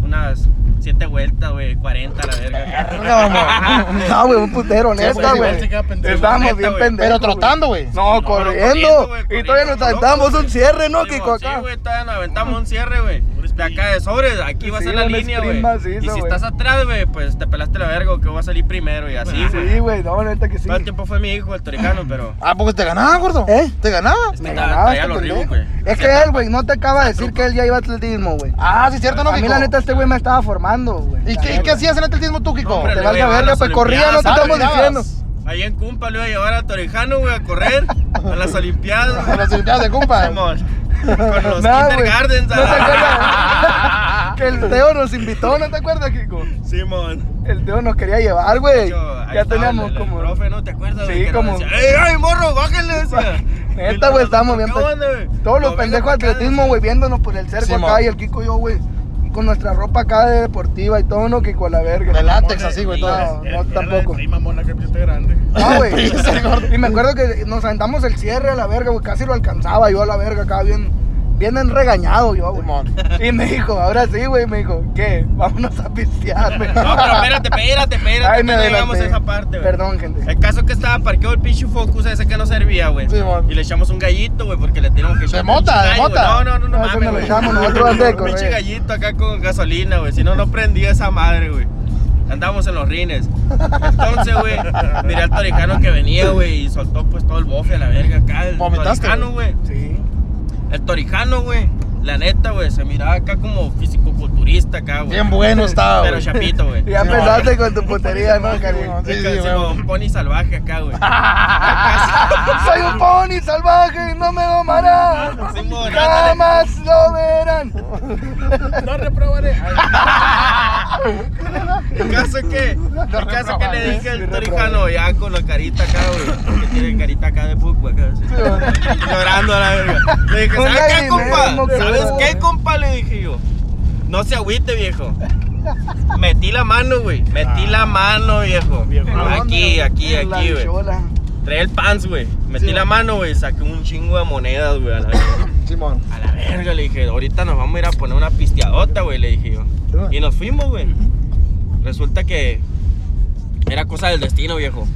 [SPEAKER 3] unas Siete vueltas, güey, 40 a la verga.
[SPEAKER 2] No, mamón.
[SPEAKER 1] No, güey, un putero, neta,
[SPEAKER 4] güey,
[SPEAKER 1] güey.
[SPEAKER 4] se queda pendejo.
[SPEAKER 1] Estábamos
[SPEAKER 3] Neta,
[SPEAKER 1] bien
[SPEAKER 3] güey.
[SPEAKER 1] pendejos.
[SPEAKER 2] Pero
[SPEAKER 1] güey.
[SPEAKER 2] trotando, güey.
[SPEAKER 1] No,
[SPEAKER 3] No,
[SPEAKER 1] corriendo.
[SPEAKER 3] güey,
[SPEAKER 1] Y
[SPEAKER 3] corriendo,
[SPEAKER 1] todavía nos
[SPEAKER 3] loco,
[SPEAKER 1] aventamos
[SPEAKER 3] güey.
[SPEAKER 1] un cierre, ¿no?
[SPEAKER 3] Sí,
[SPEAKER 1] Que
[SPEAKER 3] güey,
[SPEAKER 1] acá.
[SPEAKER 3] Sí, güey, todavía nos aventamos un cierre, güey. De acá de sobres, aquí va a
[SPEAKER 1] Sí,
[SPEAKER 3] ser la
[SPEAKER 1] un
[SPEAKER 3] línea,
[SPEAKER 1] sprint
[SPEAKER 3] güey.
[SPEAKER 1] macizo,
[SPEAKER 3] Y si
[SPEAKER 1] güey.
[SPEAKER 3] estás atrás, güey, pues te pelaste la verga, o que va a salir primero y así, güey.
[SPEAKER 1] Sí, güey, no, neta que sí.
[SPEAKER 3] Todo el tiempo fue mi hijo, el toricano, pero.
[SPEAKER 2] ¿A poco Ah, te ganaba, gordo?
[SPEAKER 1] ¿Eh?
[SPEAKER 2] ¿Te ganaba?
[SPEAKER 3] Es que
[SPEAKER 1] Me
[SPEAKER 3] tra-
[SPEAKER 1] ganaba
[SPEAKER 3] traía
[SPEAKER 1] este
[SPEAKER 3] los ribos,
[SPEAKER 1] pendejo.
[SPEAKER 3] güey.
[SPEAKER 1] Es que él, güey, no te acaba de decir que él ya iba a atletismo, güey.
[SPEAKER 2] Ah, sí, cierto, ¿no,
[SPEAKER 1] A mí,
[SPEAKER 2] Kiko?
[SPEAKER 1] la neta, este güey me estaba formando, güey.
[SPEAKER 2] ¿Y
[SPEAKER 1] La
[SPEAKER 2] qué, y
[SPEAKER 1] neta.
[SPEAKER 2] qué hacías en atletismo tú, Kiko?
[SPEAKER 3] hombre,
[SPEAKER 1] Te
[SPEAKER 3] le
[SPEAKER 1] valga
[SPEAKER 3] iba a
[SPEAKER 1] verga,
[SPEAKER 3] las
[SPEAKER 1] pues corría, no te
[SPEAKER 3] Olimpiadas,
[SPEAKER 1] estamos
[SPEAKER 2] ¿sabes?
[SPEAKER 1] diciendo.
[SPEAKER 3] Allá en Cumpa lo iba a llevar a Torijano, güey, a correr a las Olimpiadas.
[SPEAKER 2] A
[SPEAKER 3] güey.
[SPEAKER 2] las Olimpiadas de compa.
[SPEAKER 3] Simón. Con los
[SPEAKER 1] Nah, güey.
[SPEAKER 3] kindergartens. ah.
[SPEAKER 1] ¿No
[SPEAKER 3] a
[SPEAKER 1] te
[SPEAKER 3] la-
[SPEAKER 1] acuerdas? Que el Teo nos invitó, ¿no te acuerdas, Kiko?
[SPEAKER 3] Simón.
[SPEAKER 1] El Teo nos quería llevar, güey.
[SPEAKER 3] Yo, ahí
[SPEAKER 1] Ya
[SPEAKER 3] estaba
[SPEAKER 1] teníamos
[SPEAKER 3] el- el
[SPEAKER 1] como.
[SPEAKER 3] Profe, ¿no te acuerdas?
[SPEAKER 1] Sí,
[SPEAKER 3] güey, que nos
[SPEAKER 1] como-
[SPEAKER 3] decía, ¡Ey, ay, morro, bájenle! decía.
[SPEAKER 1] Neta,
[SPEAKER 3] Y nosotros,
[SPEAKER 1] güey, estábamos
[SPEAKER 3] ¿qué
[SPEAKER 1] bien pe-
[SPEAKER 3] onda, güey?
[SPEAKER 1] Todos los
[SPEAKER 3] No, venga
[SPEAKER 1] pendejos de
[SPEAKER 3] pa' acá,
[SPEAKER 1] atletismo, güey, viéndonos por el cerco
[SPEAKER 2] Sí,
[SPEAKER 1] acá
[SPEAKER 2] mo.
[SPEAKER 1] y el Kiko y yo, güey. Con nuestra ropa acá de deportiva y todo, no, Kiko, a la verga.
[SPEAKER 2] De látex, así, güey,
[SPEAKER 1] No,
[SPEAKER 2] todo.
[SPEAKER 1] no, tampoco.
[SPEAKER 4] Sí, mamona, que piste grande.
[SPEAKER 1] No, güey.
[SPEAKER 2] Freezer, gordo.
[SPEAKER 1] y me acuerdo que nos aventamos el cierre a la verga, güey. Casi lo alcanzaba yo a la verga acá, bien, bien regañado yo, güey.
[SPEAKER 2] Simón.
[SPEAKER 1] Y me dijo, ahora sí, güey, me dijo, ¿qué? Vámonos a pistear, güey.
[SPEAKER 3] No, pero espérate, espérate, espérate.
[SPEAKER 1] Ay, me
[SPEAKER 3] no llegamos a
[SPEAKER 1] adelanté.
[SPEAKER 3] esa parte, güey.
[SPEAKER 1] Perdón, gente.
[SPEAKER 3] El caso es que estaba parqueado el pinche Focus ese que no servía, güey.
[SPEAKER 2] Sí, mon.
[SPEAKER 3] y le echamos un gallito, güey, porque le tenemos que echar.
[SPEAKER 2] mota,
[SPEAKER 3] pinche
[SPEAKER 2] de
[SPEAKER 3] gallo,
[SPEAKER 2] mota.
[SPEAKER 3] güey. No, no, no, no,
[SPEAKER 1] No, eso
[SPEAKER 3] mames,
[SPEAKER 1] no lo
[SPEAKER 3] güey.
[SPEAKER 1] echamos nosotros antes de
[SPEAKER 3] Un pinche
[SPEAKER 1] correr.
[SPEAKER 3] gallito acá con gasolina, güey. Si no, no prendía esa madre, güey. Andábamos en los rines. Entonces, güey, miré al torijano que venía, güey, y soltó pues todo el bofe a la verga acá. El
[SPEAKER 2] ¿Vomitaste,
[SPEAKER 3] torijano, güey.
[SPEAKER 1] Sí.
[SPEAKER 3] El torijano, güey. La neta, güey, se miraba acá como fisicoculturista acá, güey.
[SPEAKER 2] Bien bueno estaba,
[SPEAKER 3] Pero
[SPEAKER 2] güey.
[SPEAKER 3] chapito, güey.
[SPEAKER 1] Ya
[SPEAKER 2] Sí, mo.
[SPEAKER 1] empezaste con tu putería, ¿no, cariño?
[SPEAKER 2] Sí,
[SPEAKER 3] Sí,
[SPEAKER 2] sí,
[SPEAKER 3] sí,
[SPEAKER 2] güey.
[SPEAKER 3] un pony salvaje acá, güey. Ah.
[SPEAKER 1] Soy un pony salvaje y no me domarán.
[SPEAKER 3] Simón, ándale.
[SPEAKER 1] Jamás lo verán.
[SPEAKER 4] No reprobaré.
[SPEAKER 3] El caso es que, el caso es que le dije
[SPEAKER 1] Sí,
[SPEAKER 3] al
[SPEAKER 1] reprobé.
[SPEAKER 3] torijano ya con la carita acá, güey. Que tiene carita acá de puc, güey. acá, así, Llorando a la verga. Le dije,
[SPEAKER 1] Un
[SPEAKER 3] ¿sabes qué,
[SPEAKER 1] gallinero, no
[SPEAKER 3] compa?
[SPEAKER 1] creo,
[SPEAKER 3] ¿Sabes
[SPEAKER 1] güey.
[SPEAKER 3] qué, compa? Le dije yo. No se agüite, viejo. Metí la mano, güey. Metí la mano, viejo.
[SPEAKER 4] Viejo.
[SPEAKER 3] Aquí, aquí,
[SPEAKER 1] En la
[SPEAKER 3] aquí, güey.
[SPEAKER 1] bichola.
[SPEAKER 3] Trae el pants, güey. Metí la mano, güey. Saqué un chingo de monedas, güey. A la verga.
[SPEAKER 2] Simón.
[SPEAKER 3] A la verga, le dije, ahorita nos vamos a ir a poner una pisteadota, güey, le dije yo. Y nos fuimos, güey. Resulta que era cosa del destino, viejo.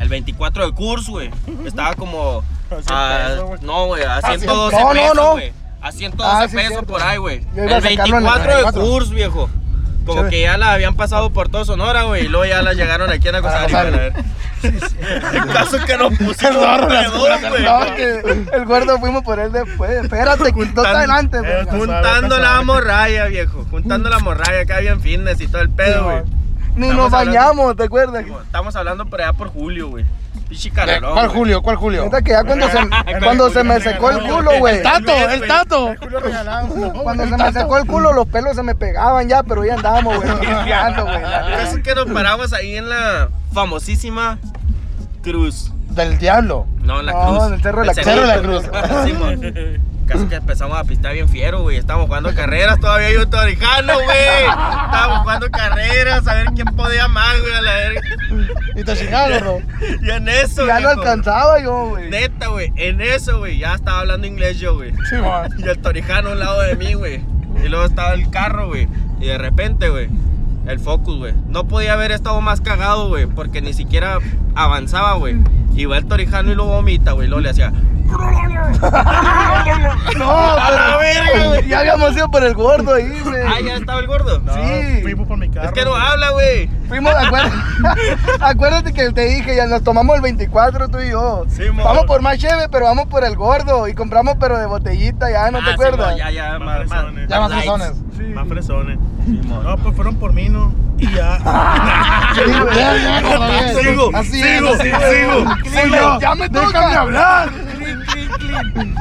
[SPEAKER 3] El 24 de curso, güey. Estaba como a,
[SPEAKER 2] pesos, güey.
[SPEAKER 3] no, güey, a 112
[SPEAKER 1] no, no,
[SPEAKER 3] pesos,
[SPEAKER 1] no.
[SPEAKER 3] güey. A 112
[SPEAKER 1] Ah, sí,
[SPEAKER 3] pesos
[SPEAKER 1] cierto.
[SPEAKER 3] por ahí, güey.
[SPEAKER 1] Yo iba
[SPEAKER 3] El
[SPEAKER 1] sacando en el
[SPEAKER 3] 24 de
[SPEAKER 2] 24.
[SPEAKER 3] curso, viejo. Como que ya la habían pasado por todo Sonora, güey. Y luego ya la llegaron aquí en Acosari, güey. a
[SPEAKER 2] Acosari.
[SPEAKER 3] ver. El caso es que nos pusimos
[SPEAKER 2] Perdón, las
[SPEAKER 3] pedos,
[SPEAKER 2] curas,
[SPEAKER 3] güey.
[SPEAKER 1] No, que el gordo fuimos por él después. Espérate, que no está adelante,
[SPEAKER 4] Eh,
[SPEAKER 1] güey.
[SPEAKER 3] Juntando
[SPEAKER 4] Suave,
[SPEAKER 3] la
[SPEAKER 4] suave.
[SPEAKER 3] morralla, viejo. Juntando la morralla acá bien fitness y todo el pedo, güey.
[SPEAKER 1] Ni
[SPEAKER 3] Estamos
[SPEAKER 1] nos
[SPEAKER 3] hablando-
[SPEAKER 1] bañamos, ¿te acuerdas?
[SPEAKER 3] Estamos hablando por allá por julio, güey. Pichi
[SPEAKER 2] Eh,
[SPEAKER 3] calorón.
[SPEAKER 2] ¿Cuál
[SPEAKER 3] güey.
[SPEAKER 2] Julio? ¿Cuál Julio?
[SPEAKER 1] Neta que ya cuando se, cuando se me secó el culo, güey.
[SPEAKER 2] Tato,
[SPEAKER 3] Luis,
[SPEAKER 2] el
[SPEAKER 3] güey.
[SPEAKER 2] tato.
[SPEAKER 4] Julio regalado. no,
[SPEAKER 1] Cuando
[SPEAKER 4] güey.
[SPEAKER 1] se me secó el culo, los pelos se me pegaban ya, pero ya andábamos, güey. pisteando, güey. la neta.
[SPEAKER 3] Entonces que nos paramos ahí en la famosísima Cruz.
[SPEAKER 2] Del diablo.
[SPEAKER 3] No, en la
[SPEAKER 1] No,
[SPEAKER 3] Cruz.
[SPEAKER 1] en el Cerro de la
[SPEAKER 3] El
[SPEAKER 1] Cruz.
[SPEAKER 2] Cerro de la Cruz.
[SPEAKER 3] Sí, mon. Casi que empezamos a pistear bien fiero, güey. Estamos jugando carreras todavía yo torijano, güey. Estábamos jugando carreras a ver quién podía más, güey, a la verga.
[SPEAKER 2] Y te chingaron, bro.
[SPEAKER 3] Y en eso,
[SPEAKER 1] Ya no
[SPEAKER 3] viejo.
[SPEAKER 1] alcanzaba yo, güey.
[SPEAKER 3] Neta, güey, en eso, güey, ya estaba hablando inglés yo, güey.
[SPEAKER 2] Simón.
[SPEAKER 3] Y el torijano al lado de mí, güey. Y luego estaba el carro, güey. Y de repente, güey, el Focus, güey. No podía haber estado más cagado, güey, porque ni siquiera avanzaba, güey. Y va el torijano y lo vomita, güey. y Luego le hacía.
[SPEAKER 1] No,
[SPEAKER 3] ¡A la verga,
[SPEAKER 1] pero
[SPEAKER 3] güey!
[SPEAKER 1] ya habíamos ido por el gordo ahí, güey.
[SPEAKER 3] Ah, ya estaba el gordo.
[SPEAKER 4] No,
[SPEAKER 1] Sí.
[SPEAKER 4] fuimos por mi carro.
[SPEAKER 3] Es que no
[SPEAKER 4] güey.
[SPEAKER 3] habla, güey.
[SPEAKER 1] Fuimos, acuérdate, acuérdate que te dije, ya nos tomamos el 24 tú y yo.
[SPEAKER 3] Sí, mo.
[SPEAKER 1] vamos por más chévere, pero vamos por el gordo. Y compramos, pero de botellita, ya, ¿no
[SPEAKER 3] Ah,
[SPEAKER 1] te
[SPEAKER 3] sí,
[SPEAKER 1] acuerdas?
[SPEAKER 3] no, ya, ya,
[SPEAKER 4] Más
[SPEAKER 3] más, más.
[SPEAKER 4] fresones.
[SPEAKER 2] Ya más
[SPEAKER 3] lights.
[SPEAKER 2] personas.
[SPEAKER 1] Sí.
[SPEAKER 4] Más fresones. No, pues fueron por mí, ¿no? Y ya.
[SPEAKER 2] Ya, ya, gordo, bien.
[SPEAKER 3] Sigo,
[SPEAKER 2] Ah, Así es,
[SPEAKER 3] sigo,
[SPEAKER 2] así es.
[SPEAKER 3] sigo, sigo.
[SPEAKER 1] ya me toca hablar.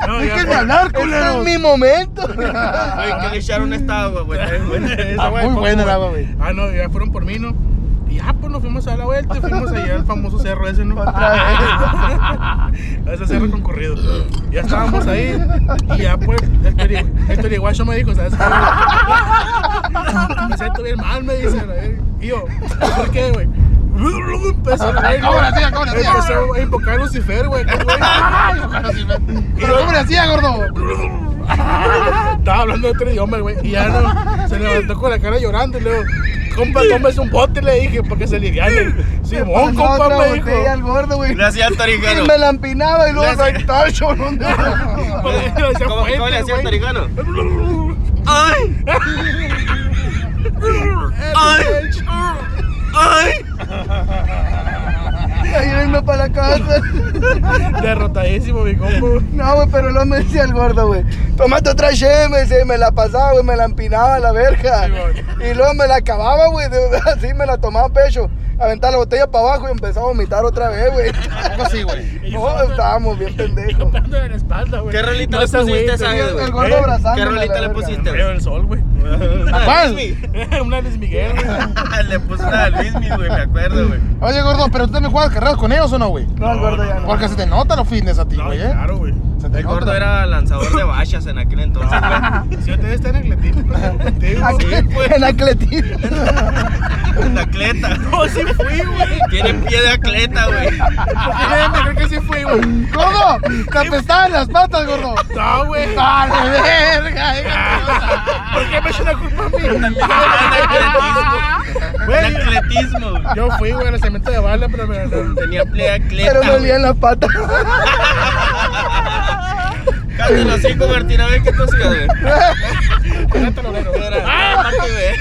[SPEAKER 4] No, ya,
[SPEAKER 2] Déjenme
[SPEAKER 4] pues,
[SPEAKER 2] hablar,
[SPEAKER 1] Este es
[SPEAKER 2] culeros.
[SPEAKER 1] mi momento.
[SPEAKER 3] Güey, que le echaron esta agua, güey.
[SPEAKER 4] Esa,
[SPEAKER 2] Ah,
[SPEAKER 4] güey,
[SPEAKER 2] muy
[SPEAKER 4] poco,
[SPEAKER 2] buena la agua, güey.
[SPEAKER 4] Ah, no, ya fueron por mí, ¿no? Y ya, pues nos fuimos a dar la vuelta, y fuimos allá al famoso cerro ese, ¿no? A ese cerro concurrido. Ya estábamos ahí, y ya, pues, el tori- el toriguacho me dijo, ¿sabes qué? güey? Me siento bien mal, me dice, güey. Y yo, ¿por qué, güey? Empezó, güey,
[SPEAKER 2] Cobra, tía, cobra, tía.
[SPEAKER 4] empezó a invocar a Lucifer, güey. acá, güey.
[SPEAKER 2] Pero ¿cómo le hacía, gordo?
[SPEAKER 4] Estaba hablando otro idioma, el güey. Y ya no, se levantó con la cara llorando. Y luego, compa, tómese un bote, le dije, para que se liviane. Simón,
[SPEAKER 1] Pasó
[SPEAKER 4] compa,
[SPEAKER 1] otra
[SPEAKER 4] me dijo.
[SPEAKER 1] botella al gordo, güey.
[SPEAKER 3] Gracias,
[SPEAKER 1] Y
[SPEAKER 3] Torigano.
[SPEAKER 1] me la empinaba y luego
[SPEAKER 3] Gracias.
[SPEAKER 1] saltaba el chorón de-
[SPEAKER 4] Se
[SPEAKER 3] ¿Cómo,
[SPEAKER 4] fue,
[SPEAKER 3] cómo le hacía
[SPEAKER 4] este,
[SPEAKER 3] el
[SPEAKER 4] güey.
[SPEAKER 3] Torigano? ¡Ay! ¡Ay! ¡Ay!
[SPEAKER 1] Ahí vengo para la casa.
[SPEAKER 4] Derrotadísimo, mi compa. güey.
[SPEAKER 1] No, güey, pero no me decía el gordo, güey. Tomate otra cheve, me decía, y me la pasaba, güey, me la empinaba a la verga.
[SPEAKER 4] Sí, güey.
[SPEAKER 1] y luego me la acababa, güey, de- así me la tomaba a pecho. Aventaba la botella para abajo y empezaba a vomitar otra vez, güey.
[SPEAKER 2] Algo así, güey.
[SPEAKER 1] No, estábamos bien pendejos.
[SPEAKER 4] Golpeando en la espalda, güey.
[SPEAKER 3] ¿Qué rolita
[SPEAKER 4] No
[SPEAKER 3] le
[SPEAKER 4] ese güey,
[SPEAKER 3] pusiste,
[SPEAKER 4] tenía
[SPEAKER 3] sabes,
[SPEAKER 1] El
[SPEAKER 3] güey?
[SPEAKER 1] gordo
[SPEAKER 4] ¿Eh?
[SPEAKER 1] abrazando.
[SPEAKER 3] ¿Qué rolita le pusiste,
[SPEAKER 4] Veo
[SPEAKER 3] güey?
[SPEAKER 4] el sol, güey.
[SPEAKER 3] Ah,
[SPEAKER 2] ¿A cuál?
[SPEAKER 4] Una Luis Miguel, güey.
[SPEAKER 3] Le puse una a Luis, mi güey, me acuerdo, güey.
[SPEAKER 2] Oye, gordo, pero tú también jugabas carreras con ellos o no, güey?
[SPEAKER 1] No, el gordo ya no.
[SPEAKER 2] Porque se te nota los fitness a ti,
[SPEAKER 4] No,
[SPEAKER 2] güey, ¿eh?
[SPEAKER 4] claro, güey.
[SPEAKER 2] Se te
[SPEAKER 3] El
[SPEAKER 2] nota.
[SPEAKER 3] gordo era lanzador de bachas en aquel entonces, güey.
[SPEAKER 4] Si yo te veo estar en atletismo, pero contigo.
[SPEAKER 1] Aquí,
[SPEAKER 3] Sí, güey.
[SPEAKER 1] en atletismo.
[SPEAKER 3] Un atleta.
[SPEAKER 4] No, sí fui, güey.
[SPEAKER 3] Tiene pie de atleta, güey.
[SPEAKER 4] ¿Por qué nadie me cree Ah, que sí fui, güey?
[SPEAKER 2] ¡Gordo! ¡Te apestaban las patas, gordo!
[SPEAKER 4] No, güey.
[SPEAKER 2] ¡Vale, verga! eh, déjate,
[SPEAKER 4] ¿Por qué me echó la culpa a mí?
[SPEAKER 3] Un
[SPEAKER 4] Güey.
[SPEAKER 3] atletismo. Un atletismo.
[SPEAKER 4] Yo fui, güey, al cemento de bala, pero me ganaron.
[SPEAKER 3] Tenía pie de atleta.
[SPEAKER 1] Pero me
[SPEAKER 3] güey.
[SPEAKER 1] olía en las patas.
[SPEAKER 3] Cállate los cinco, Martín, a ver qué tú hacías, güey.
[SPEAKER 4] Era talonero.
[SPEAKER 3] Ah, para que ve.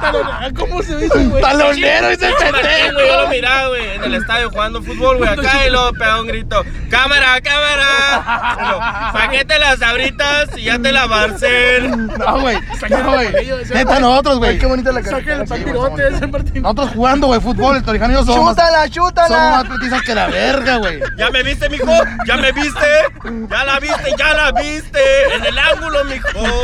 [SPEAKER 4] Talonero. Ah, ¿Cómo se dice, güey?
[SPEAKER 2] ¡Talonero y se
[SPEAKER 3] Martín, güey, yo lo miraba, güey, en el estadio jugando fútbol, güey, acá y luego pegaba un grito, cámara, cámara, Pero, saquete las abritas y ya te la marcen.
[SPEAKER 2] No, güey. No,
[SPEAKER 4] cabello,
[SPEAKER 2] güey.
[SPEAKER 4] ese
[SPEAKER 2] Neta, nosotros,
[SPEAKER 1] Ay,
[SPEAKER 2] güey.
[SPEAKER 1] qué bonita la cara.
[SPEAKER 4] Saca el papirote ese Martín.
[SPEAKER 2] Nosotros jugando, güey, fútbol, el Torijano y yo somos. más-
[SPEAKER 1] Chútala,
[SPEAKER 2] Somos más
[SPEAKER 1] chútala.
[SPEAKER 2] atletizas que la verga, güey.
[SPEAKER 3] ¿Ya me viste, mijo? ¿Ya me viste? ¿Ya la viste? ¿Ya la viste? En el ángulo, mijo.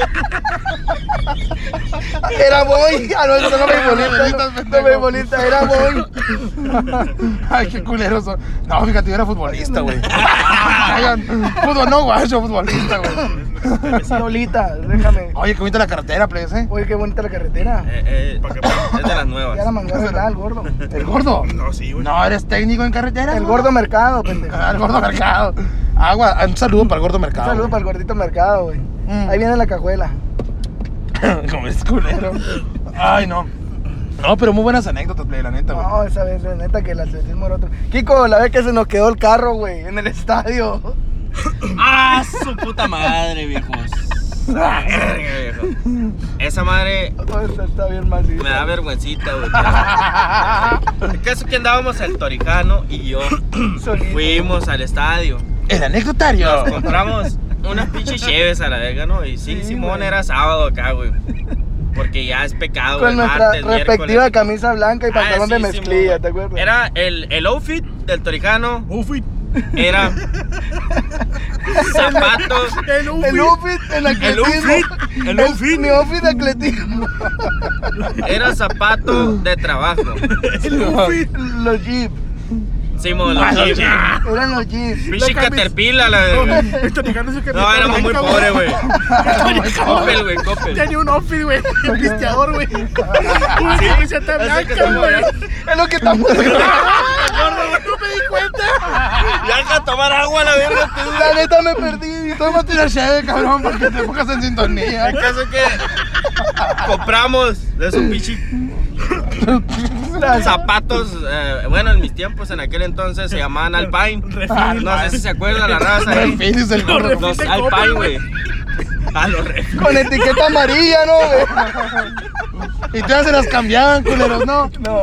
[SPEAKER 1] Era boy. Ah, no, eso no me
[SPEAKER 2] Bolitas,
[SPEAKER 1] bonita. No
[SPEAKER 2] pendejo.
[SPEAKER 1] me bonita, era boy.
[SPEAKER 2] Ay, qué culeros son. No, fíjate, yo era futbolista, güey. Oigan, Fútbol, no, guacho, futbolista, güey.
[SPEAKER 1] Solita, déjame.
[SPEAKER 2] Oye, que bonita la carretera, please, eh.
[SPEAKER 1] Oye, qué bonita la carretera.
[SPEAKER 3] Eh, eh, es de las nuevas.
[SPEAKER 1] Ya la mandó a cenar el gordo.
[SPEAKER 2] El gordo.
[SPEAKER 4] No, sí, güey.
[SPEAKER 2] No, eres técnico en carretera.
[SPEAKER 1] El
[SPEAKER 2] ¿no?
[SPEAKER 1] gordo mercado, pendejo.
[SPEAKER 2] Ah, el gordo mercado. Agua, ah, un saludo para el gordo
[SPEAKER 1] Un
[SPEAKER 2] mercado.
[SPEAKER 1] saludo para el gordito mercado, güey.
[SPEAKER 2] Mm.
[SPEAKER 1] Ahí viene la cajuela.
[SPEAKER 2] el Como es culero. Ay, no. No, pero muy buenas anécdotas, play, la neta, güey.
[SPEAKER 1] No, esa vez, la neta, que el atletismo era otro. Kiko, la vez que se nos quedó el carro, güey, en el estadio.
[SPEAKER 3] ¡Ah, su puta madre, viejos! Verga, viejo. Esa madre
[SPEAKER 1] Oh, está, está bien macizo.
[SPEAKER 3] me da vergüencita, güey. pero- El caso es que andábamos el Torijano y yo
[SPEAKER 1] Solito.
[SPEAKER 3] fuimos al estadio.
[SPEAKER 2] El anecdotario.
[SPEAKER 3] Nos compramos unas pinches cheves a la verga, ¿no? Y sí,
[SPEAKER 1] Sí,
[SPEAKER 3] Simón
[SPEAKER 1] güey.
[SPEAKER 3] era sábado acá, güey. Porque ya es pecado, güey.
[SPEAKER 1] Con nuestra
[SPEAKER 3] martes,
[SPEAKER 1] respectiva
[SPEAKER 3] miércoles.
[SPEAKER 1] camisa blanca y pantalón
[SPEAKER 3] Ah,
[SPEAKER 1] de
[SPEAKER 3] sí, Simón,
[SPEAKER 1] mezclilla,
[SPEAKER 3] güey.
[SPEAKER 1] ¿te acuerdas?
[SPEAKER 3] Era el, el outfit del Torijano,
[SPEAKER 4] Ufit.
[SPEAKER 3] era zapatos,
[SPEAKER 4] El Ufit.
[SPEAKER 1] El outfit en atletismo.
[SPEAKER 3] outfit, el outfit.
[SPEAKER 1] Mi outfit de atletismo.
[SPEAKER 3] era zapato de trabajo.
[SPEAKER 1] Los jeep.
[SPEAKER 3] Simón,
[SPEAKER 2] Ah,
[SPEAKER 3] los
[SPEAKER 2] los
[SPEAKER 3] jeeps.
[SPEAKER 1] Eran los jeep.
[SPEAKER 3] Pinche
[SPEAKER 4] La camisa.
[SPEAKER 3] Caterpillar, la de.
[SPEAKER 4] Esto te ganas que
[SPEAKER 3] No, éramos muy pobres, güey. Coppel, güey, Coppel.
[SPEAKER 4] Tenía un outfit, güey. El pisteador, güey. Una camiseta
[SPEAKER 3] Así que
[SPEAKER 4] blanca,
[SPEAKER 3] estamos
[SPEAKER 4] güey.
[SPEAKER 3] hablando.
[SPEAKER 1] Es lo que estamos
[SPEAKER 4] No me di cuenta.
[SPEAKER 3] Ya a tomar agua, la verga, tú.
[SPEAKER 1] La neta me perdí.
[SPEAKER 2] Tómate una cheve, cabrón, porque te pongas en sintonía.
[SPEAKER 3] El caso es que compramos de esos pinches zapatos. eh, bueno, en mis tiempos, en aquel entonces se llamaban Alpine.
[SPEAKER 4] Refil.
[SPEAKER 3] No sé si se acuerda la raza
[SPEAKER 2] El
[SPEAKER 3] ahí.
[SPEAKER 2] feliz el gordo.
[SPEAKER 4] refil
[SPEAKER 3] Los
[SPEAKER 4] de
[SPEAKER 3] Alpine,
[SPEAKER 4] Coppel,
[SPEAKER 3] güey. A los refil.
[SPEAKER 1] Con etiqueta amarilla, ¿no, güey?
[SPEAKER 2] Y te se las cambiaban, culeros, ¿no?
[SPEAKER 1] No.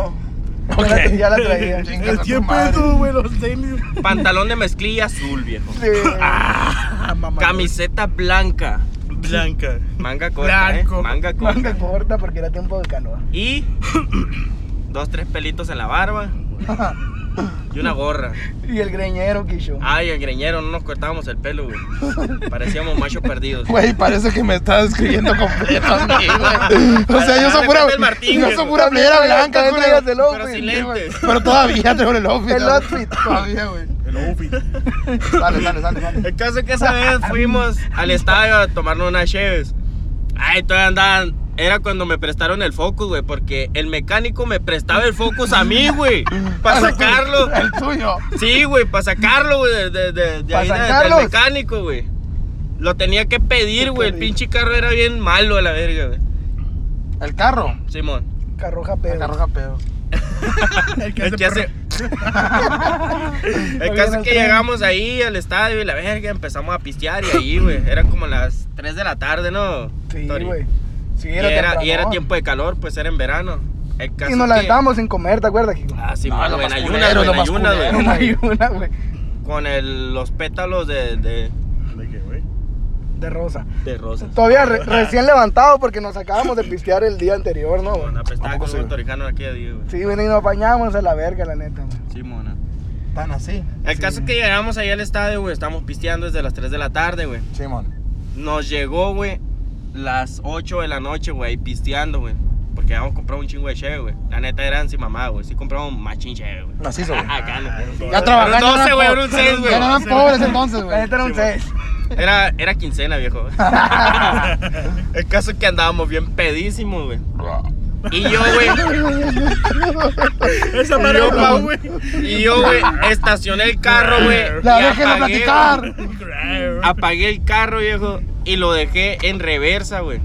[SPEAKER 2] Ok.
[SPEAKER 1] Ya, la, ya la traía. Sí.
[SPEAKER 2] Chingas a
[SPEAKER 4] El
[SPEAKER 2] tu
[SPEAKER 4] tiempo
[SPEAKER 2] madre.
[SPEAKER 4] pedo, güey, los tenis.
[SPEAKER 3] Pantalón de mezclilla azul, viejo.
[SPEAKER 4] Ah, mamá.
[SPEAKER 3] Camiseta blanca.
[SPEAKER 4] blanca.
[SPEAKER 3] Manga corta,
[SPEAKER 4] Blanco.
[SPEAKER 3] eh. Manga corta.
[SPEAKER 1] Manga corta porque era tiempo de canoa.
[SPEAKER 3] Y dos, tres pelitos en la barba y una gorra.
[SPEAKER 1] Y el greñero, Quillo.
[SPEAKER 3] Ay, el greñero, no nos cortábamos el pelo, güey. Parecíamos machos perdidos.
[SPEAKER 2] Güey, parece que me estás escribiendo completo a mí, güey. O sea, yo soy pura.
[SPEAKER 3] Del Martín,
[SPEAKER 2] Yo
[SPEAKER 3] güey.
[SPEAKER 2] soy pura playera blanca,
[SPEAKER 1] También traías el
[SPEAKER 2] culero.
[SPEAKER 3] Pero sin
[SPEAKER 1] outfit.
[SPEAKER 3] lentes.
[SPEAKER 2] Pero todavía tengo el outfit.
[SPEAKER 1] El
[SPEAKER 2] güey.
[SPEAKER 1] outfit.
[SPEAKER 2] Todavía, güey.
[SPEAKER 4] El outfit.
[SPEAKER 2] Sale, sale, sale, sale.
[SPEAKER 3] El caso es que esa vez fuimos al estadio a tomarnos unas cheves. Ay, todavía andaban. Era cuando me prestaron el Focus, güey, porque el mecánico me prestaba el Focus a mí, güey, para sacarlo.
[SPEAKER 2] El tuyo.
[SPEAKER 3] Sí, güey, para sacarlo, güey, de, de, de- de
[SPEAKER 1] ¿Pa
[SPEAKER 3] ahí de- del
[SPEAKER 1] sacarlos?
[SPEAKER 3] mecánico, güey. Lo tenía que pedir, güey. El pinche carro era bien malo a la verga, güey.
[SPEAKER 2] El carro.
[SPEAKER 3] Simón.
[SPEAKER 1] Carro
[SPEAKER 2] El
[SPEAKER 1] japeo.
[SPEAKER 2] carro japeo.
[SPEAKER 4] El que
[SPEAKER 3] El
[SPEAKER 4] hace
[SPEAKER 3] que hace. El
[SPEAKER 1] Había
[SPEAKER 3] caso es
[SPEAKER 1] el
[SPEAKER 3] que
[SPEAKER 1] tren.
[SPEAKER 3] llegamos ahí al estadio y la verga empezamos a pistear y ahí, güey. Eran como las 3 de la tarde, ¿no?
[SPEAKER 1] Sí,
[SPEAKER 3] Tori?
[SPEAKER 1] güey. Sí,
[SPEAKER 3] Y era, y era
[SPEAKER 1] tempranón.
[SPEAKER 3] tiempo de calor, pues era en verano. El caso
[SPEAKER 1] Y nos
[SPEAKER 3] es
[SPEAKER 1] la
[SPEAKER 3] que-
[SPEAKER 1] aventábamos sin comer, ¿te acuerdas, Kiko?
[SPEAKER 3] Ah, sí,
[SPEAKER 2] No,
[SPEAKER 3] mano,
[SPEAKER 2] lo
[SPEAKER 3] en
[SPEAKER 2] más
[SPEAKER 3] ayunas,
[SPEAKER 2] culero,
[SPEAKER 3] güey, en
[SPEAKER 2] lo más
[SPEAKER 3] ayunas, güey.
[SPEAKER 2] culero.
[SPEAKER 1] No hay una, güey.
[SPEAKER 3] Con el- los pétalos de, de,
[SPEAKER 4] ¿De qué, güey?
[SPEAKER 1] De rosa.
[SPEAKER 3] de rosas.
[SPEAKER 1] Todavía re- recién levantado porque nos acabamos de pistear el día anterior, ¿no? güey?
[SPEAKER 3] Mona, apestaba
[SPEAKER 2] ¿A poco
[SPEAKER 3] con
[SPEAKER 2] sí?
[SPEAKER 3] un torijano aquí a Dios, güey.
[SPEAKER 1] Sí, güey, y nos bañamos a la verga, la neta, güey.
[SPEAKER 3] Sí, mona.
[SPEAKER 2] Tan así.
[SPEAKER 3] El
[SPEAKER 2] Sí.
[SPEAKER 3] caso es que llegamos ahí al estadio, güey. Estamos pisteando desde las 3 de la tarde, güey.
[SPEAKER 2] Simón.
[SPEAKER 3] Nos llegó, güey, las 8 de la noche, güey, ahí pisteando, güey. Porque habíamos comprado un chingo de cheve, güey. La neta eran sin mamá, güey. Sí compramos machín cheve, güey.
[SPEAKER 2] Así hizo, güey.
[SPEAKER 3] Acá, no.
[SPEAKER 2] Ya trabajaban.
[SPEAKER 3] Era un 12,
[SPEAKER 2] ya no
[SPEAKER 3] güey,
[SPEAKER 2] eran
[SPEAKER 3] era un
[SPEAKER 2] pobres.
[SPEAKER 3] 6, güey.
[SPEAKER 2] Ya no eran pobres entonces, güey.
[SPEAKER 1] La neta era un
[SPEAKER 4] Sí, güey.
[SPEAKER 1] 6.
[SPEAKER 3] Era, era quincena, viejo. El caso es que andábamos bien pedísimos, güey. Y yo, güey,
[SPEAKER 4] Esa madre
[SPEAKER 3] Yo,
[SPEAKER 4] hablaba,
[SPEAKER 3] Pau.
[SPEAKER 4] güey.
[SPEAKER 3] y yo, güey, estacioné el carro, güey.
[SPEAKER 2] La
[SPEAKER 3] y
[SPEAKER 2] déjenla
[SPEAKER 3] apagué,
[SPEAKER 2] platicar.
[SPEAKER 3] güey. Apagué el carro, viejo, y lo dejé en reversa, güey.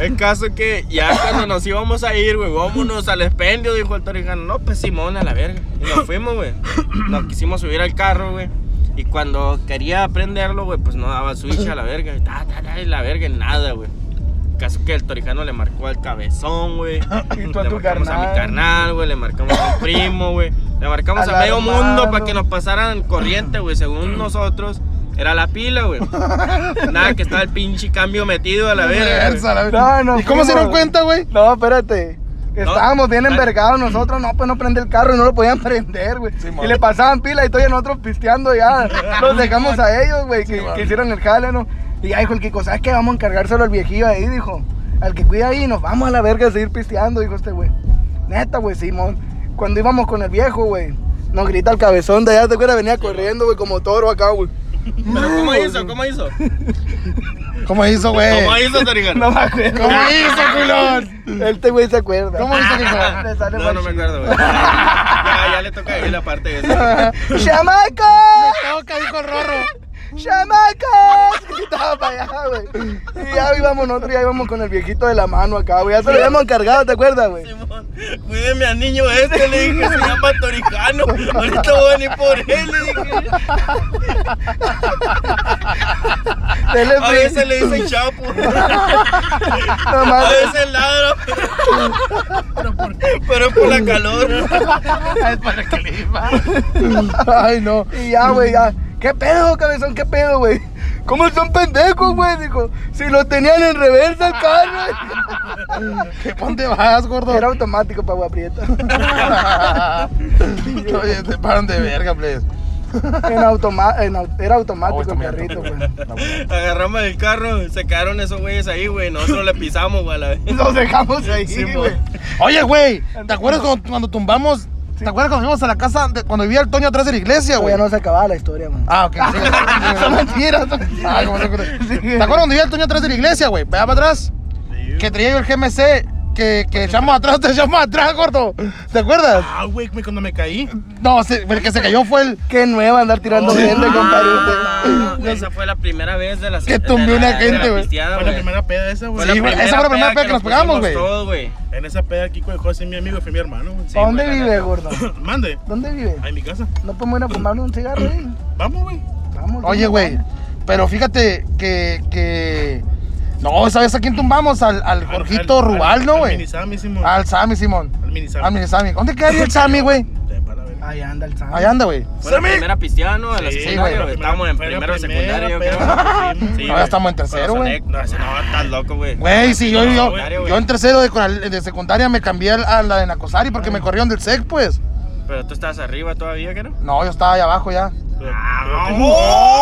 [SPEAKER 3] El caso es que ya cuando nos íbamos a ir, güey, vámonos al expendio, dijo el torijano. No, pues Simón, a la verga. Y nos fuimos, güey. Nos quisimos subir al carro, güey. Y cuando quería prenderlo, güey, pues no daba switch a la verga. Y ta, ta, ta, y la verga, en nada, güey. El Caso es que el torijano le marcó al cabezón, güey.
[SPEAKER 1] Y
[SPEAKER 3] Le
[SPEAKER 1] tú a tu
[SPEAKER 3] marcamos a mi
[SPEAKER 1] carnal.
[SPEAKER 3] carnal, güey. Le marcamos a mi primo, güey. Le marcamos
[SPEAKER 1] A
[SPEAKER 3] a,
[SPEAKER 1] la
[SPEAKER 3] medio mundo
[SPEAKER 1] hermano.
[SPEAKER 3] para que nos pasaran corriente, güey. Según nosotros, era la pila, güey. Nada, que estaba el pinche cambio metido a la verga. güey.
[SPEAKER 2] Reversa, la
[SPEAKER 1] No, no,
[SPEAKER 2] ¿Y cómo
[SPEAKER 1] fuimos.
[SPEAKER 2] se dieron cuenta, güey?
[SPEAKER 1] No, espérate. Que
[SPEAKER 3] No,
[SPEAKER 1] Estábamos bien
[SPEAKER 3] dale.
[SPEAKER 1] envergados nosotros, no, pues no prende el carro y no lo podían prender, güey.
[SPEAKER 2] Sí,
[SPEAKER 1] y
[SPEAKER 2] man.
[SPEAKER 1] le pasaban pila y todavía nosotros pisteando ya. Los dejamos a ellos, güey, que,
[SPEAKER 2] man.
[SPEAKER 1] que hicieron el jale, ¿no? Y ya dijo el Kiko, ¿sabes qué? Vamos a encargárselo al viejillo ahí, dijo. Al que cuida ahí, nos vamos a la verga a seguir pisteando, dijo este güey. Neta, güey, Simón. Cuando íbamos con el viejo, güey, nos grita el cabezón de allá, ¿te acuerdas? Venía corriendo, güey, como toro acá, güey.
[SPEAKER 3] Pero ¿cómo hizo? ¿Cómo hizo?
[SPEAKER 2] ¿Cómo hizo, güey?
[SPEAKER 3] ¿Cómo hizo, Torigano?
[SPEAKER 1] No me acuerdo.
[SPEAKER 2] ¿Cómo hizo, culón?
[SPEAKER 1] Este güey se acuerda.
[SPEAKER 2] ¿Cómo hizo, Kiko?
[SPEAKER 1] Le sale
[SPEAKER 3] No, no me
[SPEAKER 1] machín.
[SPEAKER 3] acuerdo, güey. Ya, ya le toca a él la parte de eso.
[SPEAKER 1] ¡Chamaco!
[SPEAKER 2] Toca, dijo el Rorro.
[SPEAKER 1] ¡Chamacas! Gritaba para allá, güey. Y ya íbamos nosotros, ya íbamos con el viejito de la mano acá, güey. Ya se lo habíamos encargado, ¿te acuerdas, güey?
[SPEAKER 3] Simón, Cuídeme al niño este, le dije, se llama Toricano. Ahorita voy a venir por él, le dije.
[SPEAKER 1] Dele
[SPEAKER 3] A
[SPEAKER 1] fri-
[SPEAKER 3] veces le dicen chapo, a
[SPEAKER 1] Nomás,
[SPEAKER 3] veces ladra. pero por- Pero por la calor.
[SPEAKER 2] Es para el clima.
[SPEAKER 1] Ay, no. Y ya, güey, ya. ¿Qué pedo, cabezón? ¿Qué pedo, güey? ¿Cómo son pendejos, güey? Dijo, si lo tenían en reversa el carro.
[SPEAKER 2] ¿Qué ponte vas, gordo?
[SPEAKER 1] Era automático para Guaprieta.
[SPEAKER 2] Oye, te paran de verga, please.
[SPEAKER 1] En automa- en au- era automático
[SPEAKER 2] Ah,
[SPEAKER 1] el
[SPEAKER 2] güey,
[SPEAKER 1] carrito,
[SPEAKER 2] también.
[SPEAKER 1] güey.
[SPEAKER 3] Agarramos el carro, se quedaron esos güeyes ahí, güey. Nosotros le pisamos, güey, a la vez.
[SPEAKER 1] Nos dejamos ahí,
[SPEAKER 3] Sí,
[SPEAKER 1] güey.
[SPEAKER 3] mo-
[SPEAKER 2] Oye, güey, ¿te acuerdas cuando, cuando tumbamos? ¿Te acuerdas cuando fuimos a la casa de- cuando vivía el Toño atrás de la iglesia,
[SPEAKER 1] Güey,
[SPEAKER 2] güey?
[SPEAKER 1] ya no se acababa la historia, güey.
[SPEAKER 2] Ah, ok. sí, sí,
[SPEAKER 1] Son
[SPEAKER 2] sí.
[SPEAKER 1] mentiras, son
[SPEAKER 2] Ah,
[SPEAKER 1] mentiras.
[SPEAKER 2] ¿cómo se ocurre? ¿Te acuerdas cuando vivía el Toño atrás de la iglesia, güey? Vea para atrás. Que traía yo el GMC. Que, que echamos atrás, te echamos atrás, gordo. ¿Te acuerdas?
[SPEAKER 4] Ah, güey, güey, cuando me caí.
[SPEAKER 2] No, se- el que se cayó fue el
[SPEAKER 1] Qué nueva andar tirando
[SPEAKER 2] No,
[SPEAKER 1] gente, compadre.
[SPEAKER 3] Ah, güey, Esa fue la primera vez de las
[SPEAKER 2] Que tumbé una gente, güey.
[SPEAKER 4] Fue la primera peda esa, güey.
[SPEAKER 2] Sí, güey, esa fue la primera peda que nos pegamos, güey.
[SPEAKER 3] Todo, güey.
[SPEAKER 4] En esa peda Kiko dejó de ser mi amigo y fue mi hermano, güey.
[SPEAKER 3] Sí,
[SPEAKER 1] ¿A dónde
[SPEAKER 3] güey, la
[SPEAKER 1] vive,
[SPEAKER 3] neta.
[SPEAKER 1] gordo?
[SPEAKER 2] Oh.
[SPEAKER 4] Mande.
[SPEAKER 1] ¿Dónde vive?
[SPEAKER 4] Ahí en mi casa.
[SPEAKER 1] ¿No podemos ir a fumarnos un cigarro ahí?
[SPEAKER 4] Vamos, güey.
[SPEAKER 1] Vamos.
[SPEAKER 2] Oye,
[SPEAKER 1] vamos,
[SPEAKER 2] güey,
[SPEAKER 1] vamos.
[SPEAKER 2] pero fíjate que, que... No, ¿sabes a quién tumbamos? Al, al Jorgito
[SPEAKER 4] al-
[SPEAKER 2] Rubal, ¿no,
[SPEAKER 4] al
[SPEAKER 2] güey?
[SPEAKER 4] mini Sammy, Simón.
[SPEAKER 2] Al Sammy, Simón.
[SPEAKER 4] Al mini Sammy.
[SPEAKER 2] Al mini Sammy. ¿Dónde quedaría el Sammy, güey?
[SPEAKER 4] Te para la verga.
[SPEAKER 1] Ahí anda el Sam.
[SPEAKER 2] Allá anda, güey.
[SPEAKER 3] Fue la
[SPEAKER 4] ¡Sammy!
[SPEAKER 3] primera pisteada, ¿no? De la
[SPEAKER 4] Sí,
[SPEAKER 3] secundaria,
[SPEAKER 2] güey.
[SPEAKER 3] güey. Estábamos en
[SPEAKER 4] Fue la
[SPEAKER 3] primero de secundaria, yo creo.
[SPEAKER 4] primera peda, sí.
[SPEAKER 3] Sí,
[SPEAKER 4] No,
[SPEAKER 3] güey.
[SPEAKER 2] ya estamos en
[SPEAKER 3] Con
[SPEAKER 2] tercero,
[SPEAKER 3] los
[SPEAKER 2] güey.
[SPEAKER 3] anécdotas, No, estás loco, güey.
[SPEAKER 2] Güey, sí, yo, yo,
[SPEAKER 3] secundaria, güey.
[SPEAKER 2] yo en tercero de, coral- de secundaria me cambié al- a la de Nacosari porque me corrieron del SEC, pues.
[SPEAKER 3] Pero tú estás arriba todavía, creo.
[SPEAKER 2] No, yo estaba allá abajo ya.
[SPEAKER 4] Pero-
[SPEAKER 3] Ah,
[SPEAKER 4] pero-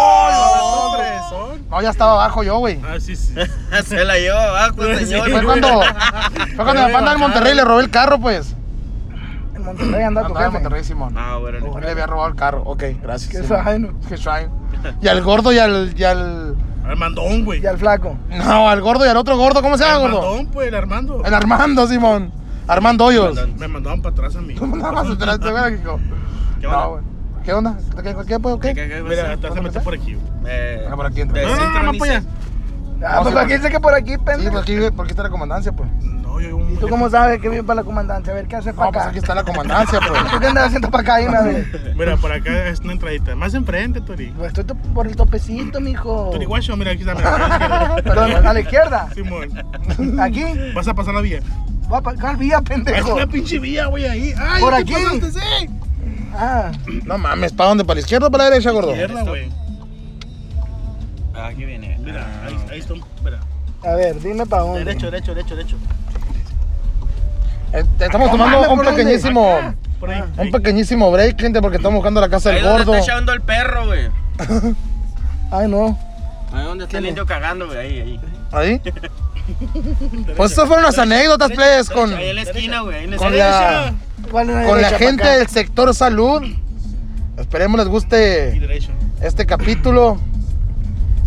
[SPEAKER 3] ¡oh! Eh.
[SPEAKER 4] ¡Hombres, son!
[SPEAKER 2] No, ya estaba abajo yo, güey.
[SPEAKER 4] Ah, sí, sí.
[SPEAKER 3] Se la lleva abajo, señor.
[SPEAKER 2] Fue cuando, fue cuando me mandan al Monterrey y le robé el carro, pues.
[SPEAKER 1] En Monterrey anda tu
[SPEAKER 2] Andaba en
[SPEAKER 1] jefe.
[SPEAKER 2] Monterrey, Simón.
[SPEAKER 3] No, güey.
[SPEAKER 2] Yo le había robado el carro. Ok, gracias.
[SPEAKER 1] Qué
[SPEAKER 2] Simón.
[SPEAKER 1] sajeno.
[SPEAKER 2] Que Shine. Y al gordo y al, y al.
[SPEAKER 4] Al mandón, güey.
[SPEAKER 1] Y al flaco. Ah,
[SPEAKER 2] No, al gordo y al otro gordo, ¿cómo se llama,
[SPEAKER 4] Al
[SPEAKER 2] gordo?
[SPEAKER 4] mandón, pues, el Armando.
[SPEAKER 2] El Armando, Simón. Armando Hoyos.
[SPEAKER 4] Me mandaban para atrás a mí.
[SPEAKER 2] Nada más atrás, ¿te acuerdas, Kiko?
[SPEAKER 3] ¿Qué
[SPEAKER 2] No,
[SPEAKER 3] onda?
[SPEAKER 2] güey. ¿Qué onda? ¿Qué, qué, qué, qué?
[SPEAKER 3] ¿Qué, qué, qué
[SPEAKER 4] Mira,
[SPEAKER 3] pasa?
[SPEAKER 4] hasta se metió por aquí. güey.
[SPEAKER 3] eh,
[SPEAKER 2] Ah, por aquí entra.
[SPEAKER 3] de
[SPEAKER 4] No, no, no, no,
[SPEAKER 3] sincronice-
[SPEAKER 4] pa' allá.
[SPEAKER 1] Ah,
[SPEAKER 2] No,
[SPEAKER 1] pues
[SPEAKER 2] sí,
[SPEAKER 1] aquí dice que por aquí,
[SPEAKER 2] Sí,
[SPEAKER 1] pendejo.
[SPEAKER 2] pues aquí, por aquí está la comandancia, pues.
[SPEAKER 4] No, yo
[SPEAKER 1] ¿Y tú cómo sabes que viene para la comandancia? A ver, ¿qué hace para
[SPEAKER 2] No, pues
[SPEAKER 1] acá?
[SPEAKER 2] aquí está la comandancia,
[SPEAKER 1] ¿Tú
[SPEAKER 2] pues.
[SPEAKER 1] qué andas haciendo para acá, dime, a ver?
[SPEAKER 4] eh, Mira, por acá es una entradita. Más enfrente, Tori.
[SPEAKER 1] Pues estoy to- por el topecito, mijo.
[SPEAKER 4] Tori Guacho, mira, aquí está. mira.
[SPEAKER 1] ¿Dónde? ¿A la izquierda?
[SPEAKER 4] Simón,
[SPEAKER 1] ¿Aquí?
[SPEAKER 4] vas a pasar la vía.
[SPEAKER 1] Va a pagar vía,
[SPEAKER 4] Es
[SPEAKER 1] pendejo.
[SPEAKER 4] una pinche vía, güey, ahí. Ay,
[SPEAKER 1] Por
[SPEAKER 4] te
[SPEAKER 1] aquí.
[SPEAKER 4] pasaste, sí.
[SPEAKER 1] Ah,
[SPEAKER 2] No mames, ¿para dónde? ¿Para la izquierda o para la derecha, gordo?
[SPEAKER 4] Mierda, güey.
[SPEAKER 3] Ah, Aquí viene.
[SPEAKER 4] Mira, ahí, ahí está. un- Mira,
[SPEAKER 1] a ver, dime para dónde.
[SPEAKER 4] derecho, derecho, derecho, derecho.
[SPEAKER 2] Eh, Estamos
[SPEAKER 1] No
[SPEAKER 2] tomando
[SPEAKER 1] mames,
[SPEAKER 2] un
[SPEAKER 1] ¿por dónde?
[SPEAKER 2] pequeñísimo,
[SPEAKER 4] Por ahí.
[SPEAKER 2] un pequeñísimo break, gente, porque estamos buscando la casa
[SPEAKER 3] Ahí
[SPEAKER 2] del
[SPEAKER 3] donde
[SPEAKER 2] gordo.
[SPEAKER 3] está echando el perro, güey.
[SPEAKER 1] Ay, no.
[SPEAKER 3] Ahí donde está el indio cagando, güey. Ahí, ahí.
[SPEAKER 2] Ahí. Pues esas fueron las anécdotas, plebes, con,
[SPEAKER 3] Ahí en la esquina, güey. ahí en la
[SPEAKER 2] con
[SPEAKER 3] esquina.
[SPEAKER 2] la,
[SPEAKER 1] ¿Cuál es
[SPEAKER 2] con la
[SPEAKER 1] derecha,
[SPEAKER 2] gente este,
[SPEAKER 1] pa' acá?
[SPEAKER 2] del sector salud. Esperemos les
[SPEAKER 4] Y
[SPEAKER 2] guste
[SPEAKER 4] derecho.
[SPEAKER 2] este capítulo.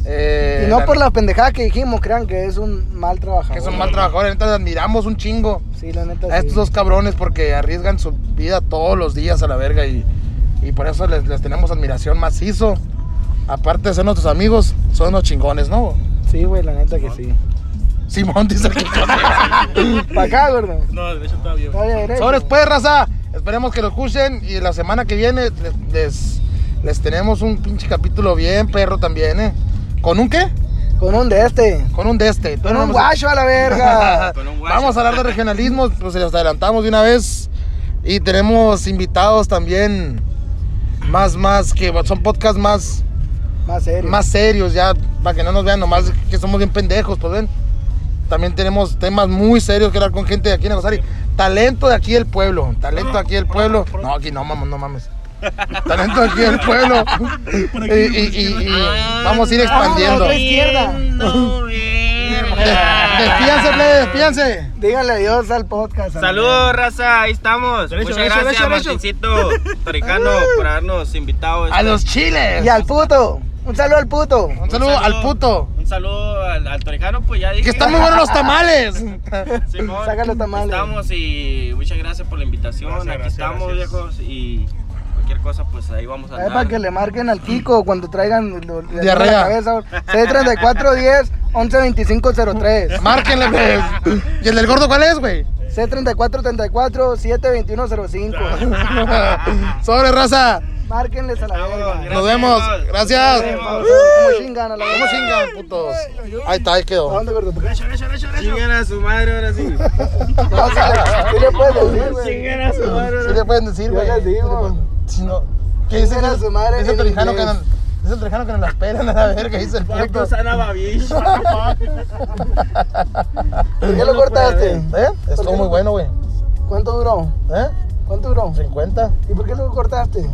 [SPEAKER 2] Eh,
[SPEAKER 1] Y no
[SPEAKER 2] la-
[SPEAKER 1] por la pendejada que dijimos, crean que es un mal trabajador.
[SPEAKER 2] Que son mal trabajadores, neta, los admiramos un chingo
[SPEAKER 1] Sí, la neta.
[SPEAKER 2] a
[SPEAKER 1] sí.
[SPEAKER 2] Ah, estos dos cabrones porque arriesgan su vida todos los días a la verga y, y por eso les, les tenemos admiración macizo. Aparte de ser nuestros amigos, son unos chingones, ¿no?
[SPEAKER 1] Sí, güey, la neta que sí.
[SPEAKER 2] Simón dice que
[SPEAKER 1] Para acá, gordo.
[SPEAKER 4] No, derecho todavía, güey.
[SPEAKER 1] Todavía derecho.
[SPEAKER 2] Sobres pues, raza. Esperemos que lo escuchen y la semana que viene les, les, les tenemos un pinche capítulo bien perro también, ¿eh? ¿Con un qué?
[SPEAKER 1] Con un de este.
[SPEAKER 2] Con un de este.
[SPEAKER 1] Con un
[SPEAKER 2] Vamos a-
[SPEAKER 1] guacho a la verga.
[SPEAKER 3] Con un guacho.
[SPEAKER 2] Vamos a hablar de regionalismo, pues se los adelantamos de una vez. Y tenemos invitados también más, más, que son podcasts más,
[SPEAKER 1] Más serio.
[SPEAKER 2] más serios ya, para que no nos vean nomás que somos bien pendejos, pues ven. También tenemos temas muy serios que hablar con gente de aquí en Nacosari. Talento de aquí del pueblo, talento de aquí del pueblo. No, aquí no mames, no mames. Talento de aquí del pueblo. Y, y- y- y vamos a ir
[SPEAKER 1] Ah,
[SPEAKER 2] expandiendo.
[SPEAKER 1] otra izquierda.
[SPEAKER 3] Viendo, verga.
[SPEAKER 2] Despíanse, plebe, despíanse.
[SPEAKER 1] Díganle adiós al podcast. a la
[SPEAKER 3] Saludos, raza, ahí estamos.
[SPEAKER 4] Derecho,
[SPEAKER 3] Muchas
[SPEAKER 4] derecho,
[SPEAKER 3] gracias,
[SPEAKER 4] derecho,
[SPEAKER 3] Martincito Toricano, por habernos invitado. este
[SPEAKER 2] A
[SPEAKER 3] esta-
[SPEAKER 2] los
[SPEAKER 1] verga.
[SPEAKER 2] chiles.
[SPEAKER 1] Y al puto. Un saludo al puto.
[SPEAKER 2] Un saludo, al puto.
[SPEAKER 3] Un saludo al, al Toricano, pues ya dije.
[SPEAKER 2] Que están muy buenos los tamales.
[SPEAKER 3] Simón,
[SPEAKER 1] Saca los tamales.
[SPEAKER 3] Estamos y muchas gracias por la invitación.
[SPEAKER 4] Gracias,
[SPEAKER 3] Aquí
[SPEAKER 4] gracias,
[SPEAKER 3] estamos,
[SPEAKER 4] gracias.
[SPEAKER 3] viejos. Y cualquier cosa, pues ahí vamos a
[SPEAKER 1] Ahí Eh, para
[SPEAKER 3] andar.
[SPEAKER 1] que le marquen al Kiko cuando traigan lo- le- la
[SPEAKER 2] Diarrea.
[SPEAKER 1] cabeza. C3410 112503.
[SPEAKER 2] Márquenle, güey. ¿Y el del gordo cuál es, güey?
[SPEAKER 1] C3434 72105.
[SPEAKER 2] Sobre raza.
[SPEAKER 1] Márquenles a la
[SPEAKER 3] Vámonos,
[SPEAKER 1] verga.
[SPEAKER 2] Nos vemos. Gracias.
[SPEAKER 1] Eh, vamos a- Como chingan a la
[SPEAKER 2] Uh. ¿Cómo
[SPEAKER 1] verga.
[SPEAKER 2] chingan, putos? Ahí está, ahí
[SPEAKER 1] ¿A
[SPEAKER 2] quedó.
[SPEAKER 1] dónde, gordo?
[SPEAKER 4] Derecho, derecho, derecho, derecho.
[SPEAKER 3] Chinguen a su madre ahora sí.
[SPEAKER 1] No, sí, ¿Qué le puedes decir, güey?
[SPEAKER 3] Chinguen a su madre
[SPEAKER 2] ¿Sí
[SPEAKER 3] ahora sí.
[SPEAKER 2] le pueden decir,
[SPEAKER 1] Yo
[SPEAKER 2] güey?
[SPEAKER 1] les digo.
[SPEAKER 2] Sí le pueden- Si no, ¿qué dice?
[SPEAKER 1] Era su madre
[SPEAKER 2] Dice el
[SPEAKER 1] en
[SPEAKER 2] trijano que
[SPEAKER 1] inglés.
[SPEAKER 2] no- dice el trijano que no la esperan a la verga, dice el puto.
[SPEAKER 3] Puto Sana Babish.
[SPEAKER 1] ¿Por qué lo cortaste? ¿Eh?
[SPEAKER 2] ¿Eh? Estuvo muy bueno, güey.
[SPEAKER 1] ¿Cuánto duró?
[SPEAKER 2] ¿Eh?
[SPEAKER 1] ¿Cuánto duró?
[SPEAKER 2] 50.
[SPEAKER 1] ¿Y por qué lo cortaste?